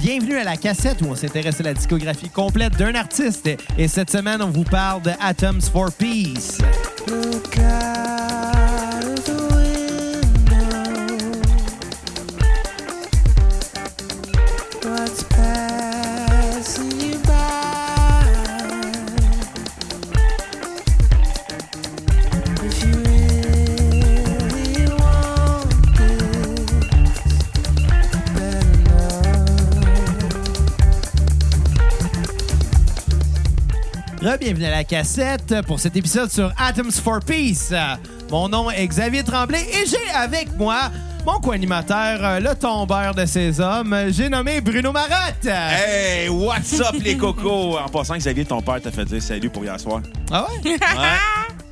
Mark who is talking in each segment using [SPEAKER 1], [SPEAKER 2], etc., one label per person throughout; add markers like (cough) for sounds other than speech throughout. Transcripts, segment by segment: [SPEAKER 1] Bienvenue à la cassette où on s'intéresse à la discographie complète d'un artiste. Et cette semaine, on vous parle de Atoms for Peace.
[SPEAKER 2] Look out of the window. What's passing you by? If you really want this, better know.
[SPEAKER 1] Re-bienvenue à la cassette pour cet épisode sur Atoms for Peace. Euh, Mon nom est Xavier Tremblay et j'ai avec moi mon co-animateur, euh, le tombeur de ces hommes, euh, j'ai nommé Bruno Marotte.
[SPEAKER 3] Hey, what's up les cocos? En passant, Xavier, ton père t'a fait dire salut pour hier soir. Hein?
[SPEAKER 1] Ah ouais?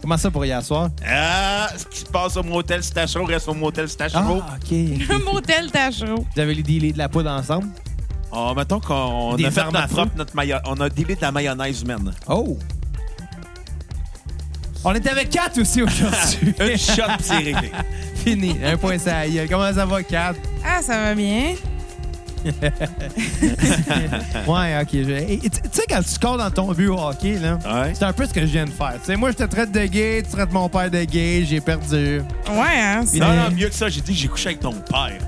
[SPEAKER 1] Comment ça pour hier soir?
[SPEAKER 3] Ah, ce qui se passe au motel Stachereau reste au motel Stachereau.
[SPEAKER 1] Ah, OK.
[SPEAKER 4] Un motel Tachereau.
[SPEAKER 1] Vous avez les dealés de la poudre ensemble?
[SPEAKER 3] Ah, mettons qu'on
[SPEAKER 1] Des
[SPEAKER 3] a fait
[SPEAKER 1] armes à
[SPEAKER 3] notre
[SPEAKER 1] feu.
[SPEAKER 3] propre, notre mayo- on a débité de la mayonnaise
[SPEAKER 1] (laughs)
[SPEAKER 3] humaine.
[SPEAKER 1] Oh! On était avec 4 aussi (laughs) aujourd'hui.
[SPEAKER 3] Une shot, puis c'est réglé.
[SPEAKER 1] Fini. Un point, ça y est. Comment ça va, 4?
[SPEAKER 4] Ah, ça va bien.
[SPEAKER 1] Ouais, OK. je- Et Tu tu sais, quand tu scores dans ton but au hockey, là,
[SPEAKER 3] Ah Ouais.
[SPEAKER 1] c'est un peu ce que je viens de faire. Tu sais, moi, je te traite de gay, tu traites mon père de gay, j'ai perdu.
[SPEAKER 4] Ouais, hein? c'est-
[SPEAKER 3] Non, non, mieux que ça, j'ai dit que j'ai couché avec ton père.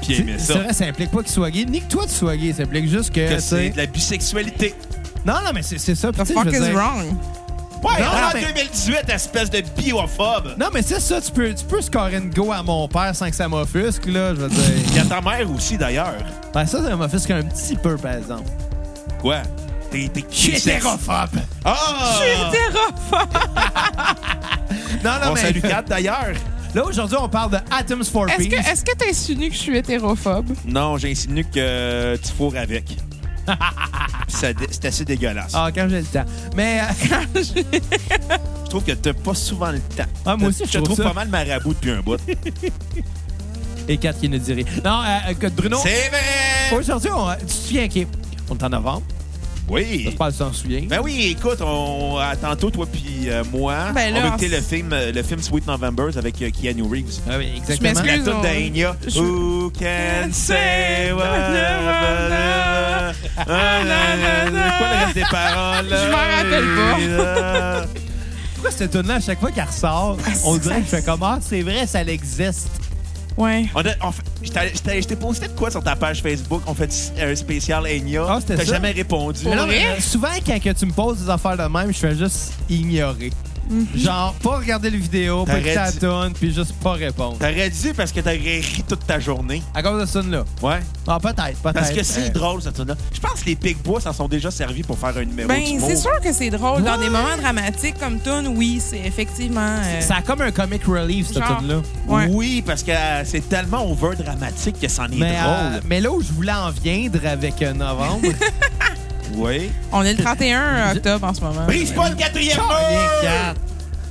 [SPEAKER 3] Puis il aimait
[SPEAKER 1] C'est
[SPEAKER 3] ça.
[SPEAKER 1] vrai, ça implique pas qu'il soit gay. Ni que toi, tu sois gay. Ça implique juste que...
[SPEAKER 3] Que
[SPEAKER 1] tu
[SPEAKER 3] c'est
[SPEAKER 1] sais-
[SPEAKER 3] de la bisexualité.
[SPEAKER 1] Non, non, mais c'est c'est ça. Puis,
[SPEAKER 4] The
[SPEAKER 1] tu sais, je
[SPEAKER 4] fuck
[SPEAKER 1] veux
[SPEAKER 4] is
[SPEAKER 1] dire-
[SPEAKER 4] wrong?
[SPEAKER 3] Ouais,
[SPEAKER 1] Non,
[SPEAKER 3] on est en
[SPEAKER 1] mais-
[SPEAKER 3] 2018, espèce de biophobe.
[SPEAKER 1] Non, mais c'est ça. Tu peux, tu peux scorer une go à mon père sans que ça m'offusque, là, je veux dire.
[SPEAKER 3] Il y a ta mère aussi, d'ailleurs.
[SPEAKER 1] ben, ça, ça m'offusque un petit peu, par exemple.
[SPEAKER 3] Quoi? T'es t'es Ah!
[SPEAKER 4] Je suis hétérophobe.
[SPEAKER 1] Non, non,
[SPEAKER 3] On
[SPEAKER 1] mais...
[SPEAKER 3] salue Kat, d'ailleurs.
[SPEAKER 1] Là, aujourd'hui, on parle de Atoms for
[SPEAKER 4] Est-ce
[SPEAKER 1] Peace.
[SPEAKER 4] que, est-ce que t'insinues que je suis hétérophobe?
[SPEAKER 3] Non, j'insinue que euh, tu
[SPEAKER 1] (laughs)
[SPEAKER 3] fourres avec. Puis ça dé- c'est assez dégueulasse.
[SPEAKER 1] Ah, quand j'ai le temps. Mais (laughs) euh,
[SPEAKER 3] Je trouve que t'as pas souvent le temps.
[SPEAKER 1] Ah, moi aussi,
[SPEAKER 3] T'as-
[SPEAKER 1] je
[SPEAKER 3] te
[SPEAKER 1] trouve
[SPEAKER 3] trouve
[SPEAKER 1] ça.
[SPEAKER 3] pas mal marabout depuis un bout.
[SPEAKER 1] et quatre qui ne dirait. Non, euh, écoute, Bruno,
[SPEAKER 3] C'est vrai!
[SPEAKER 1] aujourd'hui, on- tu te souviens qu'on est en novembre.
[SPEAKER 3] Oui.
[SPEAKER 1] J'espère que tu t'en souviens.
[SPEAKER 3] Ben oui, écoute, on, à tantôt, toi puis euh, moi,
[SPEAKER 4] Ben là,
[SPEAKER 3] on va écouter
[SPEAKER 4] on s-
[SPEAKER 3] le film, euh, le film Sweet November avec euh, Keanu Reeves.
[SPEAKER 1] Ah oui,
[SPEAKER 4] Je
[SPEAKER 1] exactement.
[SPEAKER 4] m'excuse.
[SPEAKER 3] La
[SPEAKER 4] Excuse,
[SPEAKER 3] toune
[SPEAKER 4] on-
[SPEAKER 3] d'Aïnia.
[SPEAKER 4] je-
[SPEAKER 3] Who can say what Ah,
[SPEAKER 4] Ah, Na,
[SPEAKER 3] Quoi le reste des paroles?
[SPEAKER 4] Je m'en rappelle
[SPEAKER 3] pas.
[SPEAKER 1] Pourquoi cette tune là à chaque fois qu'elle ressort, on dirait que je fais comme Ah, c'est vrai, ça existe.
[SPEAKER 4] Ouais.
[SPEAKER 3] (laughs) On a- on fait- je t'ai- je t'ai je t'ai posté de quoi sur ta page Facebook? On fait un spécial Enya.
[SPEAKER 1] Ah, c'était
[SPEAKER 3] T'as
[SPEAKER 1] ça?
[SPEAKER 3] jamais répondu.
[SPEAKER 1] Mais non,
[SPEAKER 4] vrai?
[SPEAKER 1] mais euh, souvent, quand que tu me poses des affaires de même, je fais juste ignorer. Genre, pas regarder les vidéos, pas écouter la
[SPEAKER 3] T'aurais dû-
[SPEAKER 1] tune, puis juste pas répondre.
[SPEAKER 3] T'aurais dû parce que t'aurais ri toute ta journée.
[SPEAKER 1] À cause de ce tune-là.
[SPEAKER 3] Ouais.
[SPEAKER 1] Ah, peut-être, peut-être.
[SPEAKER 3] Parce que c'est
[SPEAKER 1] Euh,
[SPEAKER 3] drôle, cette tune-là. Je pense que les Pigbois s'en sont déjà servis pour faire un numéro
[SPEAKER 4] Ben,
[SPEAKER 3] d'humour.
[SPEAKER 4] c'est sûr que c'est drôle. Dans
[SPEAKER 1] Ouais.
[SPEAKER 4] des moments dramatiques comme Toon, oui, c'est effectivement. euh,
[SPEAKER 1] Ça a comme un comic relief, cette
[SPEAKER 4] Genre.
[SPEAKER 1] tune-là.
[SPEAKER 4] Ouais.
[SPEAKER 3] Oui, parce que euh, c'est tellement over dramatique que c'en est
[SPEAKER 1] Mais, euh,
[SPEAKER 3] drôle.
[SPEAKER 1] mais là où je voulais en viendre avec euh, novembre,
[SPEAKER 3] Oui.
[SPEAKER 4] On est
[SPEAKER 1] (laughs)
[SPEAKER 4] le 31 octobre en ce moment.
[SPEAKER 3] Brise pas le quatrième
[SPEAKER 1] les
[SPEAKER 3] mur!
[SPEAKER 1] quatre.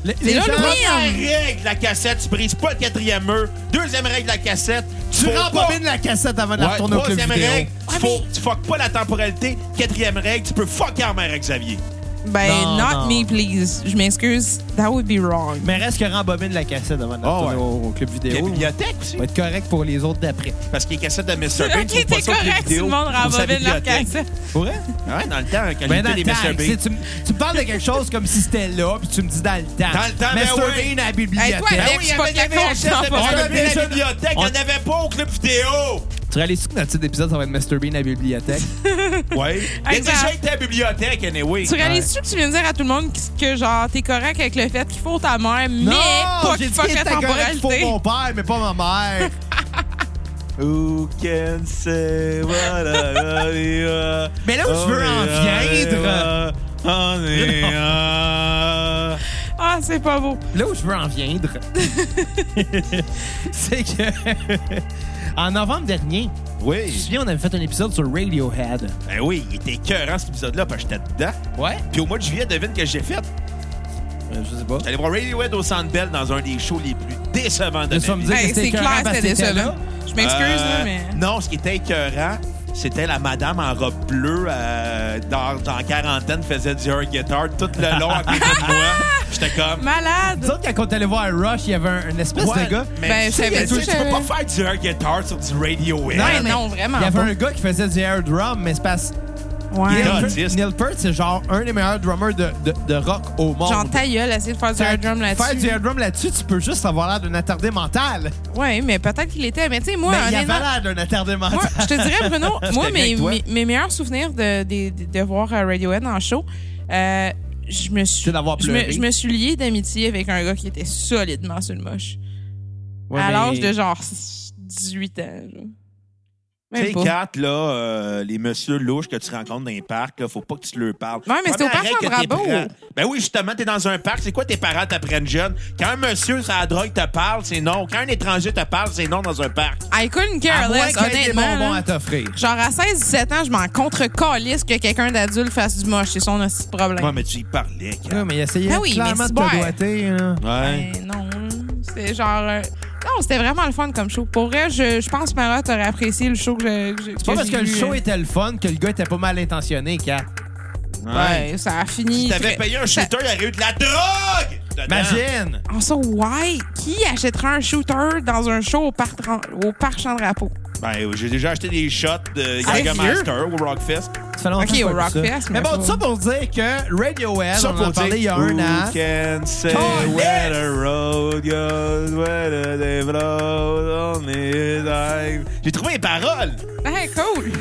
[SPEAKER 1] Les,
[SPEAKER 4] C'est
[SPEAKER 1] les
[SPEAKER 4] là
[SPEAKER 1] gens-
[SPEAKER 4] le prix, hein?
[SPEAKER 3] Première règle de la cassette, tu brises pas le quatrième mur. Deuxième règle de la cassette, tu
[SPEAKER 1] tu
[SPEAKER 3] prends pas
[SPEAKER 1] rembobines la cassette avant de la
[SPEAKER 3] Ouais,
[SPEAKER 1] retourner au club
[SPEAKER 3] troisième
[SPEAKER 1] vidéo.
[SPEAKER 3] règle,
[SPEAKER 4] Ouais,
[SPEAKER 3] faut,
[SPEAKER 4] mais-
[SPEAKER 3] tu fuck pas la temporalité. Quatrième règle, tu peux fucker en mère Xavier.
[SPEAKER 4] Ben,
[SPEAKER 1] Non, non.
[SPEAKER 4] not me, please. Je m'excuse. That would be wrong.
[SPEAKER 1] Mais reste que rembobine la cassette avant de la
[SPEAKER 3] Ah
[SPEAKER 1] retourner
[SPEAKER 3] ouais.
[SPEAKER 1] au, au club
[SPEAKER 3] Il y a
[SPEAKER 1] vidéo. Ça
[SPEAKER 3] bibliothèque aussi.
[SPEAKER 1] va être correct pour les autres d'après.
[SPEAKER 3] Parce qu'il y a cassettes de
[SPEAKER 4] (laughs)
[SPEAKER 3] Mr. Bean. tu
[SPEAKER 4] Ok, t'es
[SPEAKER 3] trouves pas ça au club
[SPEAKER 4] correct, tout
[SPEAKER 3] vidéo,
[SPEAKER 4] le monde
[SPEAKER 3] tu trouves ça à
[SPEAKER 4] rembobine leur
[SPEAKER 3] bibliothèque.
[SPEAKER 4] cassette.
[SPEAKER 1] Pour vrai?
[SPEAKER 3] Ouais, dans le temps,
[SPEAKER 1] Ben,
[SPEAKER 3] quand j'écoutais
[SPEAKER 1] dans
[SPEAKER 3] les
[SPEAKER 1] le temps,
[SPEAKER 3] Mr.
[SPEAKER 1] tu sais,
[SPEAKER 3] Bean.
[SPEAKER 1] tu, me- tu me parles de quelque chose comme si c'était là, puis tu me dis dans le temps.
[SPEAKER 3] Dans le temps, ben
[SPEAKER 1] Mr.
[SPEAKER 3] ouais.
[SPEAKER 1] Bean à la
[SPEAKER 4] Hey,
[SPEAKER 1] bibliothèque. Ben
[SPEAKER 4] toi, Alex,
[SPEAKER 3] Ah Il y
[SPEAKER 4] pas
[SPEAKER 3] avait des
[SPEAKER 4] d'accord,
[SPEAKER 3] VHS de
[SPEAKER 4] on
[SPEAKER 3] Mr.
[SPEAKER 1] a
[SPEAKER 3] Bean à
[SPEAKER 1] déjà-
[SPEAKER 3] la bibliothèque. Il
[SPEAKER 1] on-
[SPEAKER 3] n'y en avait pas au club vidéo.
[SPEAKER 1] tu réalises que notre titre d'épisode, ça va être Mr. Bean à la bibliothèque?
[SPEAKER 3] Ouais. Il y a
[SPEAKER 4] Exact.
[SPEAKER 3] déjà été à la bibliothèque, anyway.
[SPEAKER 4] Tu réalises-tu que tu viens de dire à tout le monde que, que, genre, t'es correct avec le fait qu'il faut ta mère, mais pas
[SPEAKER 1] j'ai
[SPEAKER 4] qu'il
[SPEAKER 1] dit
[SPEAKER 4] faut
[SPEAKER 1] qu'il
[SPEAKER 4] la
[SPEAKER 1] était correct pour
[SPEAKER 4] temporalité?
[SPEAKER 1] mon père, mais pas ma mère.
[SPEAKER 3] Who can say what I
[SPEAKER 1] Mais là où je veux en viendre...
[SPEAKER 3] On est un.
[SPEAKER 4] Ah, c'est pas beau.
[SPEAKER 1] Là où je veux en viendre, (laughs) c'est que (laughs) en novembre dernier, tu te
[SPEAKER 3] Oui.
[SPEAKER 1] souviens, on avait fait un épisode sur Radiohead.
[SPEAKER 3] Ben oui, il était écœurant cet épisode-là parce que j'étais dedans.
[SPEAKER 1] Ouais?
[SPEAKER 3] Puis au mois de juillet, devine que j'ai fait.
[SPEAKER 1] Euh, je sais pas.
[SPEAKER 3] J'allais voir Radiohead au Centre Bell dans un des shows les plus décevants de
[SPEAKER 1] Là, tu vas
[SPEAKER 3] ma
[SPEAKER 1] me
[SPEAKER 3] vie.
[SPEAKER 1] dire que
[SPEAKER 4] Hey,
[SPEAKER 1] c'était
[SPEAKER 4] c'est
[SPEAKER 1] écœurant
[SPEAKER 4] clair,
[SPEAKER 1] parce
[SPEAKER 4] c'était
[SPEAKER 1] que t'étais
[SPEAKER 4] décevant.
[SPEAKER 1] là.
[SPEAKER 4] Je m'excuse,
[SPEAKER 3] Euh,
[SPEAKER 4] là, mais.
[SPEAKER 3] Non, ce qui était écœurant, c'était la madame en robe
[SPEAKER 4] (laughs)
[SPEAKER 3] bleue euh, dans, dans la quarantaine faisait du air guitar tout le long à côté de moi. J'étais comme.
[SPEAKER 1] Nous
[SPEAKER 4] Malade!
[SPEAKER 1] autres, quand on est allé voir Rush, il y avait un, une espèce
[SPEAKER 3] Ouais,
[SPEAKER 1] de gars.
[SPEAKER 3] Mais
[SPEAKER 4] Ben,
[SPEAKER 3] tu sais,
[SPEAKER 4] j'avais
[SPEAKER 3] mais tu
[SPEAKER 4] dit
[SPEAKER 3] sais, tu
[SPEAKER 4] que-
[SPEAKER 3] peux pas faire du air guitar sur du radio
[SPEAKER 1] Non,
[SPEAKER 4] Ben
[SPEAKER 1] mais
[SPEAKER 4] non, vraiment.
[SPEAKER 1] Il y avait
[SPEAKER 4] pas.
[SPEAKER 1] un gars qui faisait du air drum, mais c'est pas.
[SPEAKER 4] Ouais.
[SPEAKER 1] Neil,
[SPEAKER 3] Yeah.
[SPEAKER 1] Peart-
[SPEAKER 3] autiste.
[SPEAKER 1] Neil Peart, c'est genre un des meilleurs drummers de, de- de rock au monde.
[SPEAKER 4] Genre ta gueule, essayer de faire du
[SPEAKER 1] Faire-
[SPEAKER 4] hard drum là-dessus.
[SPEAKER 1] Faire du air drum là-dessus, tu peux juste avoir l'air d'un attardé mental.
[SPEAKER 4] Ouais, mais peut-être qu'il était. Mais tu sais, moi,
[SPEAKER 1] mais il
[SPEAKER 4] honnêtement,
[SPEAKER 1] avait l'air d'un attardé mental.
[SPEAKER 4] moi, je te
[SPEAKER 1] (laughs)
[SPEAKER 4] dirais, Bruno, moi,
[SPEAKER 3] J'étais
[SPEAKER 4] mes,
[SPEAKER 3] avec toi.
[SPEAKER 4] mes, mes meilleurs souvenirs de, de, de, de voir euh, Radiohead en show, euh, je me suis.
[SPEAKER 1] C'est d'avoir
[SPEAKER 4] Je me,
[SPEAKER 1] pleuré.
[SPEAKER 4] je me suis liée d'amitié avec un gars qui était solidement sur le moche.
[SPEAKER 1] Ouais,
[SPEAKER 4] à
[SPEAKER 1] mais-
[SPEAKER 4] l'âge de genre 18 ans. là.
[SPEAKER 3] Tu
[SPEAKER 4] Même
[SPEAKER 3] sais,
[SPEAKER 4] pas.
[SPEAKER 3] Kat, là, euh, les messieurs louches que tu rencontres dans les parcs, là, faut pas que tu leur parles.
[SPEAKER 4] Ouais, mais c'est au
[SPEAKER 3] Première
[SPEAKER 4] parc
[SPEAKER 3] règle que
[SPEAKER 4] Jean-Bravo.
[SPEAKER 3] tes parents- Ben oui, justement, t'es dans un parc. C'est quoi tes parents t'apprennent jeune? Quand un monsieur sur la drogue te parle, c'est non. Quand un étranger te parle, c'est non dans un parc.
[SPEAKER 4] I couldn't
[SPEAKER 1] À
[SPEAKER 4] care
[SPEAKER 1] moins
[SPEAKER 4] less,
[SPEAKER 1] qu'il y ait des
[SPEAKER 4] honnêtement.
[SPEAKER 1] bonbons
[SPEAKER 4] là.
[SPEAKER 1] à t'offrir.
[SPEAKER 4] Genre à 16-17 ans, je m'en contre-calisse que quelqu'un d'adulte fasse du moche. C'est son aussi problème.
[SPEAKER 3] Ouais, mais tu y parlais, Kat.
[SPEAKER 1] Ouais, mais il essayait
[SPEAKER 4] Ah oui,
[SPEAKER 1] clairement
[SPEAKER 4] mais
[SPEAKER 1] de
[SPEAKER 4] c'est
[SPEAKER 1] te hein.
[SPEAKER 4] bon.
[SPEAKER 1] doiter. là.
[SPEAKER 3] Ouais.
[SPEAKER 4] Ben non, c'est genre... euh, Non, c'était vraiment le fun comme show. Pour vrai, je, je pense que Marat aurait apprécié le show que je... que je-
[SPEAKER 1] C'est pas parce
[SPEAKER 4] j'ai
[SPEAKER 1] que le
[SPEAKER 4] vu,
[SPEAKER 1] show
[SPEAKER 4] euh.
[SPEAKER 1] était le fun que le gars était pas mal intentionné, Kat.
[SPEAKER 4] Ouais, ça a fini...
[SPEAKER 3] Si t'avais
[SPEAKER 4] très-
[SPEAKER 3] payé un
[SPEAKER 4] ça-
[SPEAKER 3] shooter, il y aurait eu de la drogue! dedans.
[SPEAKER 1] Imagine!
[SPEAKER 4] En ça, ouais, qui achèterait un shooter dans un show au parc, Tran- au parc Chandrapeau?
[SPEAKER 3] Ben, j'ai déjà acheté des shots de
[SPEAKER 1] Ah, Sérieux? Ben,
[SPEAKER 3] Yaga Master au Rockfest.
[SPEAKER 1] Ça fait longtemps
[SPEAKER 4] Ok,
[SPEAKER 1] que j'ai pas
[SPEAKER 4] au
[SPEAKER 1] vu ça.
[SPEAKER 4] Rockfest,
[SPEAKER 1] Mais
[SPEAKER 4] mais
[SPEAKER 1] bon,
[SPEAKER 4] pas-
[SPEAKER 1] tout ça pour dire que Radiohead, on en parlait il y a un an. (laughs)
[SPEAKER 3] Who can say
[SPEAKER 1] Calisse!
[SPEAKER 3] where the road goes, where the road only time. J'ai trouvé les paroles.
[SPEAKER 4] Hey, Ben, cool!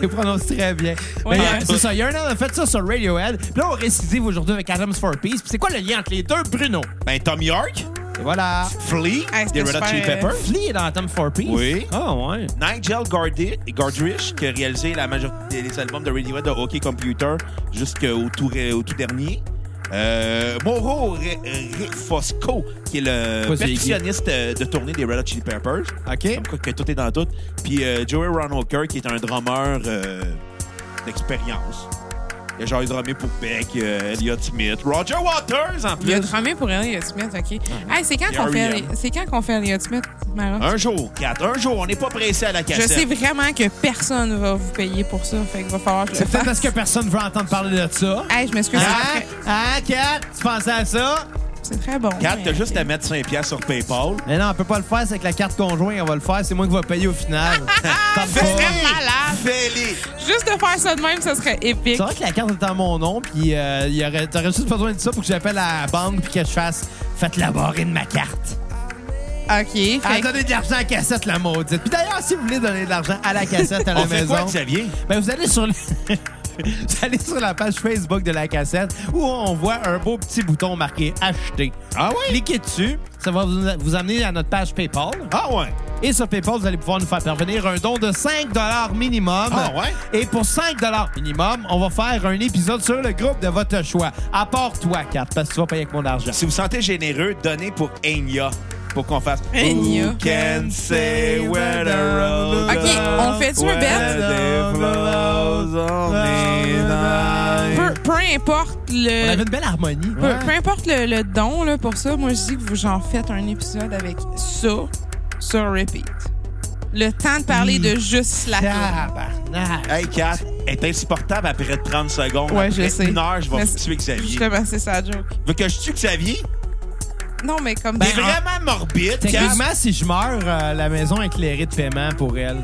[SPEAKER 1] Tu prononces très bien. Mais,
[SPEAKER 4] Ouais.
[SPEAKER 1] euh, c'est ça, il y a un an, on a fait ça sur Radiohead. Puis là, on récidive aujourd'hui avec Adams for Peace. Puis c'est quoi le lien entre les deux, Bruno?
[SPEAKER 3] Ben, Tom York,
[SPEAKER 1] Et voilà.
[SPEAKER 3] Flea,
[SPEAKER 4] Hey,
[SPEAKER 3] des
[SPEAKER 4] c'était
[SPEAKER 3] Red Hot
[SPEAKER 4] super,
[SPEAKER 3] Chili
[SPEAKER 4] euh,
[SPEAKER 3] Peppers.
[SPEAKER 1] Flea est dans Adams for Peace?
[SPEAKER 3] Oui.
[SPEAKER 1] Ah, ouais.
[SPEAKER 3] Nigel Gardi- Gardrich, qui a réalisé la majorité des albums de Radiohead de OK Computer jusqu'au tout, ré- au tout dernier. Euh, Moro Re- Re- Fosco, qui est le
[SPEAKER 1] Pas c'est qui.
[SPEAKER 3] perfectionniste euh, de tournée des Red Hot Chili Peppers.
[SPEAKER 1] OK.
[SPEAKER 3] Comme quoi que tout est dans tout. Puis euh, Joey Ron Hooker, qui est un drummer euh, d'expérience. Il a genre drummé pour Beck, euh, Elliott Smith, Roger Waters en
[SPEAKER 4] Il a
[SPEAKER 3] plus.
[SPEAKER 4] drumé pour Elliot Smith, OK. Hey, c'est quand
[SPEAKER 3] Et
[SPEAKER 4] qu'on
[SPEAKER 1] E
[SPEAKER 4] fait,
[SPEAKER 3] R.E.M..
[SPEAKER 4] c'est quand qu'on fait Elliot Smith, Marat?
[SPEAKER 3] Un jour, quatre, un jour, on n'est pas pressé à la
[SPEAKER 4] Je
[SPEAKER 3] cassette.
[SPEAKER 4] sais vraiment que personne va vous payer pour ça, fait qu'il va falloir que je
[SPEAKER 1] C'est
[SPEAKER 4] le
[SPEAKER 1] peut-être
[SPEAKER 4] fasse.
[SPEAKER 1] parce que personne veut entendre parler de ça.
[SPEAKER 4] Hey, je m'excuse.
[SPEAKER 1] Hein?
[SPEAKER 4] c'est très-
[SPEAKER 1] Hein, Kat? Tu pensais à ça?
[SPEAKER 4] C'est très bon.
[SPEAKER 3] Quatre, t'as
[SPEAKER 4] mais-
[SPEAKER 3] juste à mettre 5 piastres sur PayPal.
[SPEAKER 1] Mais non, on peut pas le faire, c'est avec la carte conjointe, on va le faire. C'est moi qui vais payer au (laughs) final. T'as
[SPEAKER 4] Ce
[SPEAKER 1] pas-
[SPEAKER 4] serait malade.
[SPEAKER 3] Fais-les!
[SPEAKER 4] Juste de faire ça de même, ça serait épique.
[SPEAKER 1] C'est vrai que la carte est dans mon nom, puis euh, il y aurait- t'aurais juste besoin de ça pour que j'appelle la banque puis que je fasse Faites la barrer de ma carte.
[SPEAKER 4] OK. fait
[SPEAKER 1] Ah,
[SPEAKER 4] que-
[SPEAKER 1] donnez de l'argent à cassette, la maudite. Puis d'ailleurs, si vous voulez donner de l'argent à la cassette à la
[SPEAKER 3] (laughs) On fait
[SPEAKER 1] maison,
[SPEAKER 3] quoi, Xavier?
[SPEAKER 1] ben vous allez sur le- (laughs) vous allez sur la page Facebook de la cassette où on voit un beau petit bouton marqué Acheter.
[SPEAKER 3] Ah ouais?
[SPEAKER 1] Cliquez dessus, ça va vous, vous amener à notre page PayPal.
[SPEAKER 3] Ah ouais!
[SPEAKER 1] Et sur PayPal, vous allez pouvoir nous faire parvenir un don de 5 minimum.
[SPEAKER 3] Ah ouais?
[SPEAKER 1] Et pour 5 minimum, on va faire un épisode sur le groupe de votre choix. À part toi, Kat, parce que tu vas payer avec mon argent.
[SPEAKER 3] Si vous sentez généreux, donnez pour Enya. Pour qu'on fasse.
[SPEAKER 4] Enya.
[SPEAKER 3] Who can say where the road
[SPEAKER 4] Ok, on fait-tu un
[SPEAKER 3] where
[SPEAKER 4] bet?
[SPEAKER 3] the flows only lie.
[SPEAKER 4] peu, peu importe
[SPEAKER 1] On avait
[SPEAKER 4] le...
[SPEAKER 1] une belle harmonie.
[SPEAKER 4] Peu, peu importe le, le don là, pour ça, moi, je dis que vous j'en faites un épisode avec ça sur repeat. Le temps de
[SPEAKER 1] Hmm.
[SPEAKER 4] parler de juste la toune.
[SPEAKER 1] Tabarnak.
[SPEAKER 3] Hey, Kat, elle est insupportable après 30 secondes.
[SPEAKER 4] Ouais,
[SPEAKER 3] Après
[SPEAKER 4] je sais.
[SPEAKER 3] Une heure, je vais
[SPEAKER 4] Mais
[SPEAKER 3] vous tuer Xavier.
[SPEAKER 4] Justement, c'est ça, la joke.
[SPEAKER 3] Veux que je tue Xavier?
[SPEAKER 4] Non, mais comme
[SPEAKER 1] Ben,
[SPEAKER 3] T'es
[SPEAKER 4] des-
[SPEAKER 3] vraiment morbide, Kat.
[SPEAKER 1] Techniquement, si je meurs, euh, la maison est éclairée de paiement pour elle.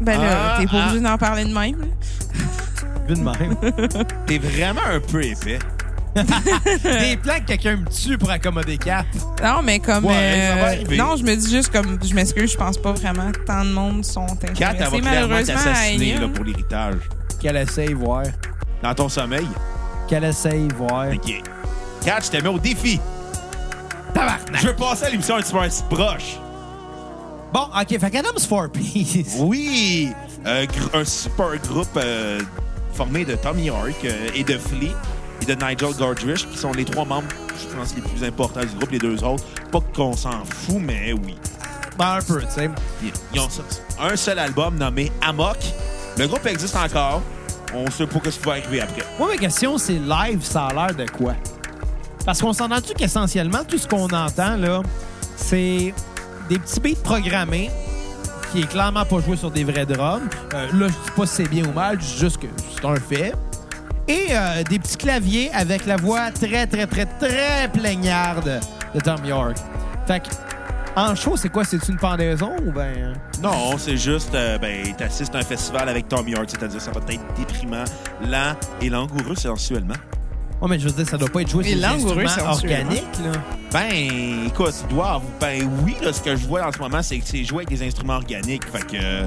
[SPEAKER 4] Ben là,
[SPEAKER 3] Ah,
[SPEAKER 4] t'es pas
[SPEAKER 3] ah.
[SPEAKER 4] obligé d'en parler de même. là.
[SPEAKER 1] Vu de
[SPEAKER 4] (laughs)
[SPEAKER 1] même.
[SPEAKER 3] T'es vraiment un peu épais.
[SPEAKER 1] Des plans que quelqu'un me tue pour accommoder Kat.
[SPEAKER 4] Non, mais comme.
[SPEAKER 3] Ouais,
[SPEAKER 4] euh,
[SPEAKER 3] ça va arriver.
[SPEAKER 4] non, je me dis juste comme. Je m'excuse, je pense pas vraiment que tant de monde sont intéressés.
[SPEAKER 3] Kat, elle va clairement
[SPEAKER 4] malheureusement à
[SPEAKER 3] t'assassiner
[SPEAKER 4] Enya.
[SPEAKER 3] là, pour l'héritage.
[SPEAKER 1] Qu'elle essaye voir.
[SPEAKER 3] Dans ton sommeil.
[SPEAKER 1] Qu'elle essaye voir.
[SPEAKER 3] OK. Kat, je te mets au défi.
[SPEAKER 1] Tabarnak.
[SPEAKER 3] Je veux passer à l'émission un petit peu plus proche.
[SPEAKER 1] Bon, OK, fait qu'Adam's Four Piece.
[SPEAKER 3] Oui! Un gr- un super groupe euh, formé de Tommy York euh, et de Flea et de Nigel Godrich, qui sont les trois membres, je pense, les plus importants du groupe, les deux autres. Pas qu'on s'en fout, mais oui.
[SPEAKER 1] Ben, un peu, tu sais.
[SPEAKER 3] Ils- Ils ont un seul album nommé Amok. Le groupe existe encore. On sait pas ce qui va arriver après.
[SPEAKER 1] Moi, ma question, c'est live, ça a l'air de quoi? Parce qu'on s'entend-tu qu'essentiellement, tout ce qu'on entend, là, c'est des petits beats programmés qui est clairement pas joué sur des vrais drums. Euh, là, je dis pas si c'est bien ou mal, je dis juste que c'est un fait. et euh, des petits claviers avec la voix très, très, très, très plaignarde de Tom York. Fait que, en show, c'est quoi? C'est une pendaison ou ben...
[SPEAKER 3] Non, c'est juste, euh, ben, t'assistes à un festival avec Tommy Hart, c'est-à-dire ça va être déprimant, lent et langoureux sensuellement.
[SPEAKER 1] Oh, mais je veux dire, ça doit pas être joué
[SPEAKER 4] Mais
[SPEAKER 1] sur des
[SPEAKER 4] langoureux,
[SPEAKER 1] instruments
[SPEAKER 4] sensuel, hein?
[SPEAKER 1] organiques, là.
[SPEAKER 3] Ben, écoute, tu dois avoir- ben oui, là, ce que je vois en ce moment, c'est que c'est joué avec des instruments organiques, fait que.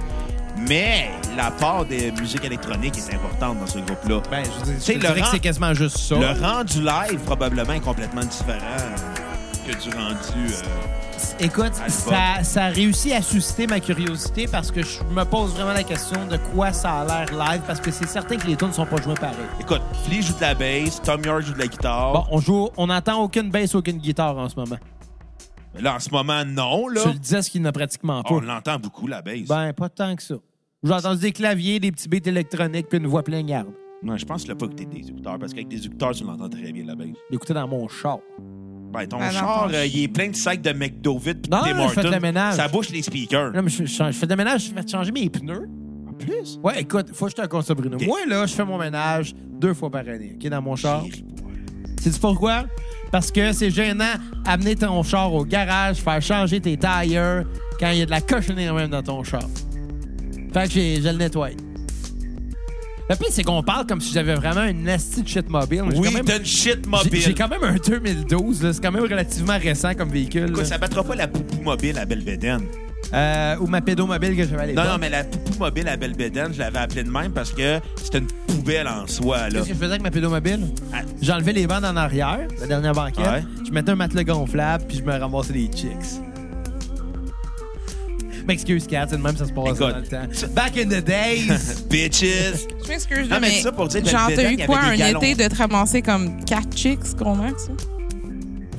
[SPEAKER 3] Mais la part des musiques électroniques est importante dans ce groupe-là.
[SPEAKER 1] Ben, je veux dire, je
[SPEAKER 3] C'est
[SPEAKER 1] te
[SPEAKER 3] le
[SPEAKER 1] dirais que
[SPEAKER 3] rang-
[SPEAKER 1] c'est quasiment juste ça.
[SPEAKER 3] Le rendu live, probablement, est complètement différent euh, que du rendu. euh,
[SPEAKER 1] Écoute,
[SPEAKER 3] Album.
[SPEAKER 1] ça, ça a réussi à susciter ma curiosité parce que je me pose vraiment la question de quoi ça a l'air live parce que c'est certain que les tunes sont pas jouées pareil.
[SPEAKER 3] Écoute, Flea joue de la bass, Tom York joue de la guitare.
[SPEAKER 1] Bon, on joue, on n'entend aucune bass, aucune guitare en ce moment.
[SPEAKER 3] Là, en ce moment, non, là.
[SPEAKER 1] Tu le disais, ce qu'il n'a pratiquement pas.
[SPEAKER 3] On l'entend beaucoup, la bass.
[SPEAKER 1] Ben, pas tant que ça. J'ai entendu des claviers, des petits beats électroniques puis une voix plaignarde.
[SPEAKER 3] Non, je pense que tu l'as pas écouté des écouteurs, parce qu'avec des écouteurs, tu l'entends très bien, la bass.
[SPEAKER 1] L'écouter dans mon char.
[SPEAKER 3] Ben, ton
[SPEAKER 4] Ben, dans
[SPEAKER 3] char,
[SPEAKER 4] ton
[SPEAKER 3] euh,
[SPEAKER 4] ch-
[SPEAKER 3] il est plein de sacs de McDovid pis
[SPEAKER 1] Non,
[SPEAKER 3] de
[SPEAKER 1] je
[SPEAKER 3] Tim Hortons.
[SPEAKER 1] fais le ménage.
[SPEAKER 3] Ça bouche les speakers.
[SPEAKER 1] Là, mais je, je- je fais le ménage, je vais changer mes pneus.
[SPEAKER 3] En plus.
[SPEAKER 1] Ouais, écoute, faut que je te conte ça, Bruno.
[SPEAKER 3] Ok.
[SPEAKER 1] Moi, là, je fais mon ménage deux fois par année, OK, dans mon char. Sais-tu pourquoi? Parce que c'est gênant amener ton char au garage, faire changer tes tires quand il y a de la cochonnerie même dans ton char. Fait que j'ai- je le nettoie. Le pire, c'est qu'on parle comme si j'avais vraiment une nasty de shit mobile. mais j'ai
[SPEAKER 3] Oui,
[SPEAKER 1] quand même-
[SPEAKER 3] t'as une shit
[SPEAKER 1] j'ai-
[SPEAKER 3] mobile.
[SPEAKER 1] J'ai quand même un 2012, là. c'est quand même relativement récent comme véhicule.
[SPEAKER 3] Écoute,
[SPEAKER 1] là.
[SPEAKER 3] ça battra pas la poupou mobile à Belvedere.
[SPEAKER 1] Euh, ou ma pédomobile que j'avais à l'époque.
[SPEAKER 3] Non, non, mais la poupou mobile à Belvedere, je l'avais appelée de même parce que c'était une poubelle en soi, là.
[SPEAKER 1] Qu'est-ce que je faisais avec ma pédomobile?
[SPEAKER 3] Ah.
[SPEAKER 1] J'enlevais les bandes en arrière, la dernière banquette.
[SPEAKER 3] Ouais.
[SPEAKER 1] Je mettais un matelas gonflable, puis je me ramassais des chicks. M'excuse, Kat, c'est de même, ça se passe
[SPEAKER 3] Écoute.
[SPEAKER 1] dans le temps. Back in the
[SPEAKER 3] (laughs)
[SPEAKER 1] days!
[SPEAKER 3] Bitches!
[SPEAKER 4] Je m'excuse,
[SPEAKER 3] Non,
[SPEAKER 4] là,
[SPEAKER 3] mais
[SPEAKER 4] mais,
[SPEAKER 3] ça pour dire,
[SPEAKER 4] genre,
[SPEAKER 3] Belvedere,
[SPEAKER 4] t'as
[SPEAKER 3] il y
[SPEAKER 4] eu quoi
[SPEAKER 3] avait
[SPEAKER 4] un
[SPEAKER 3] des galons.
[SPEAKER 4] été de te ramasser comme quatre chicks, gros max? là?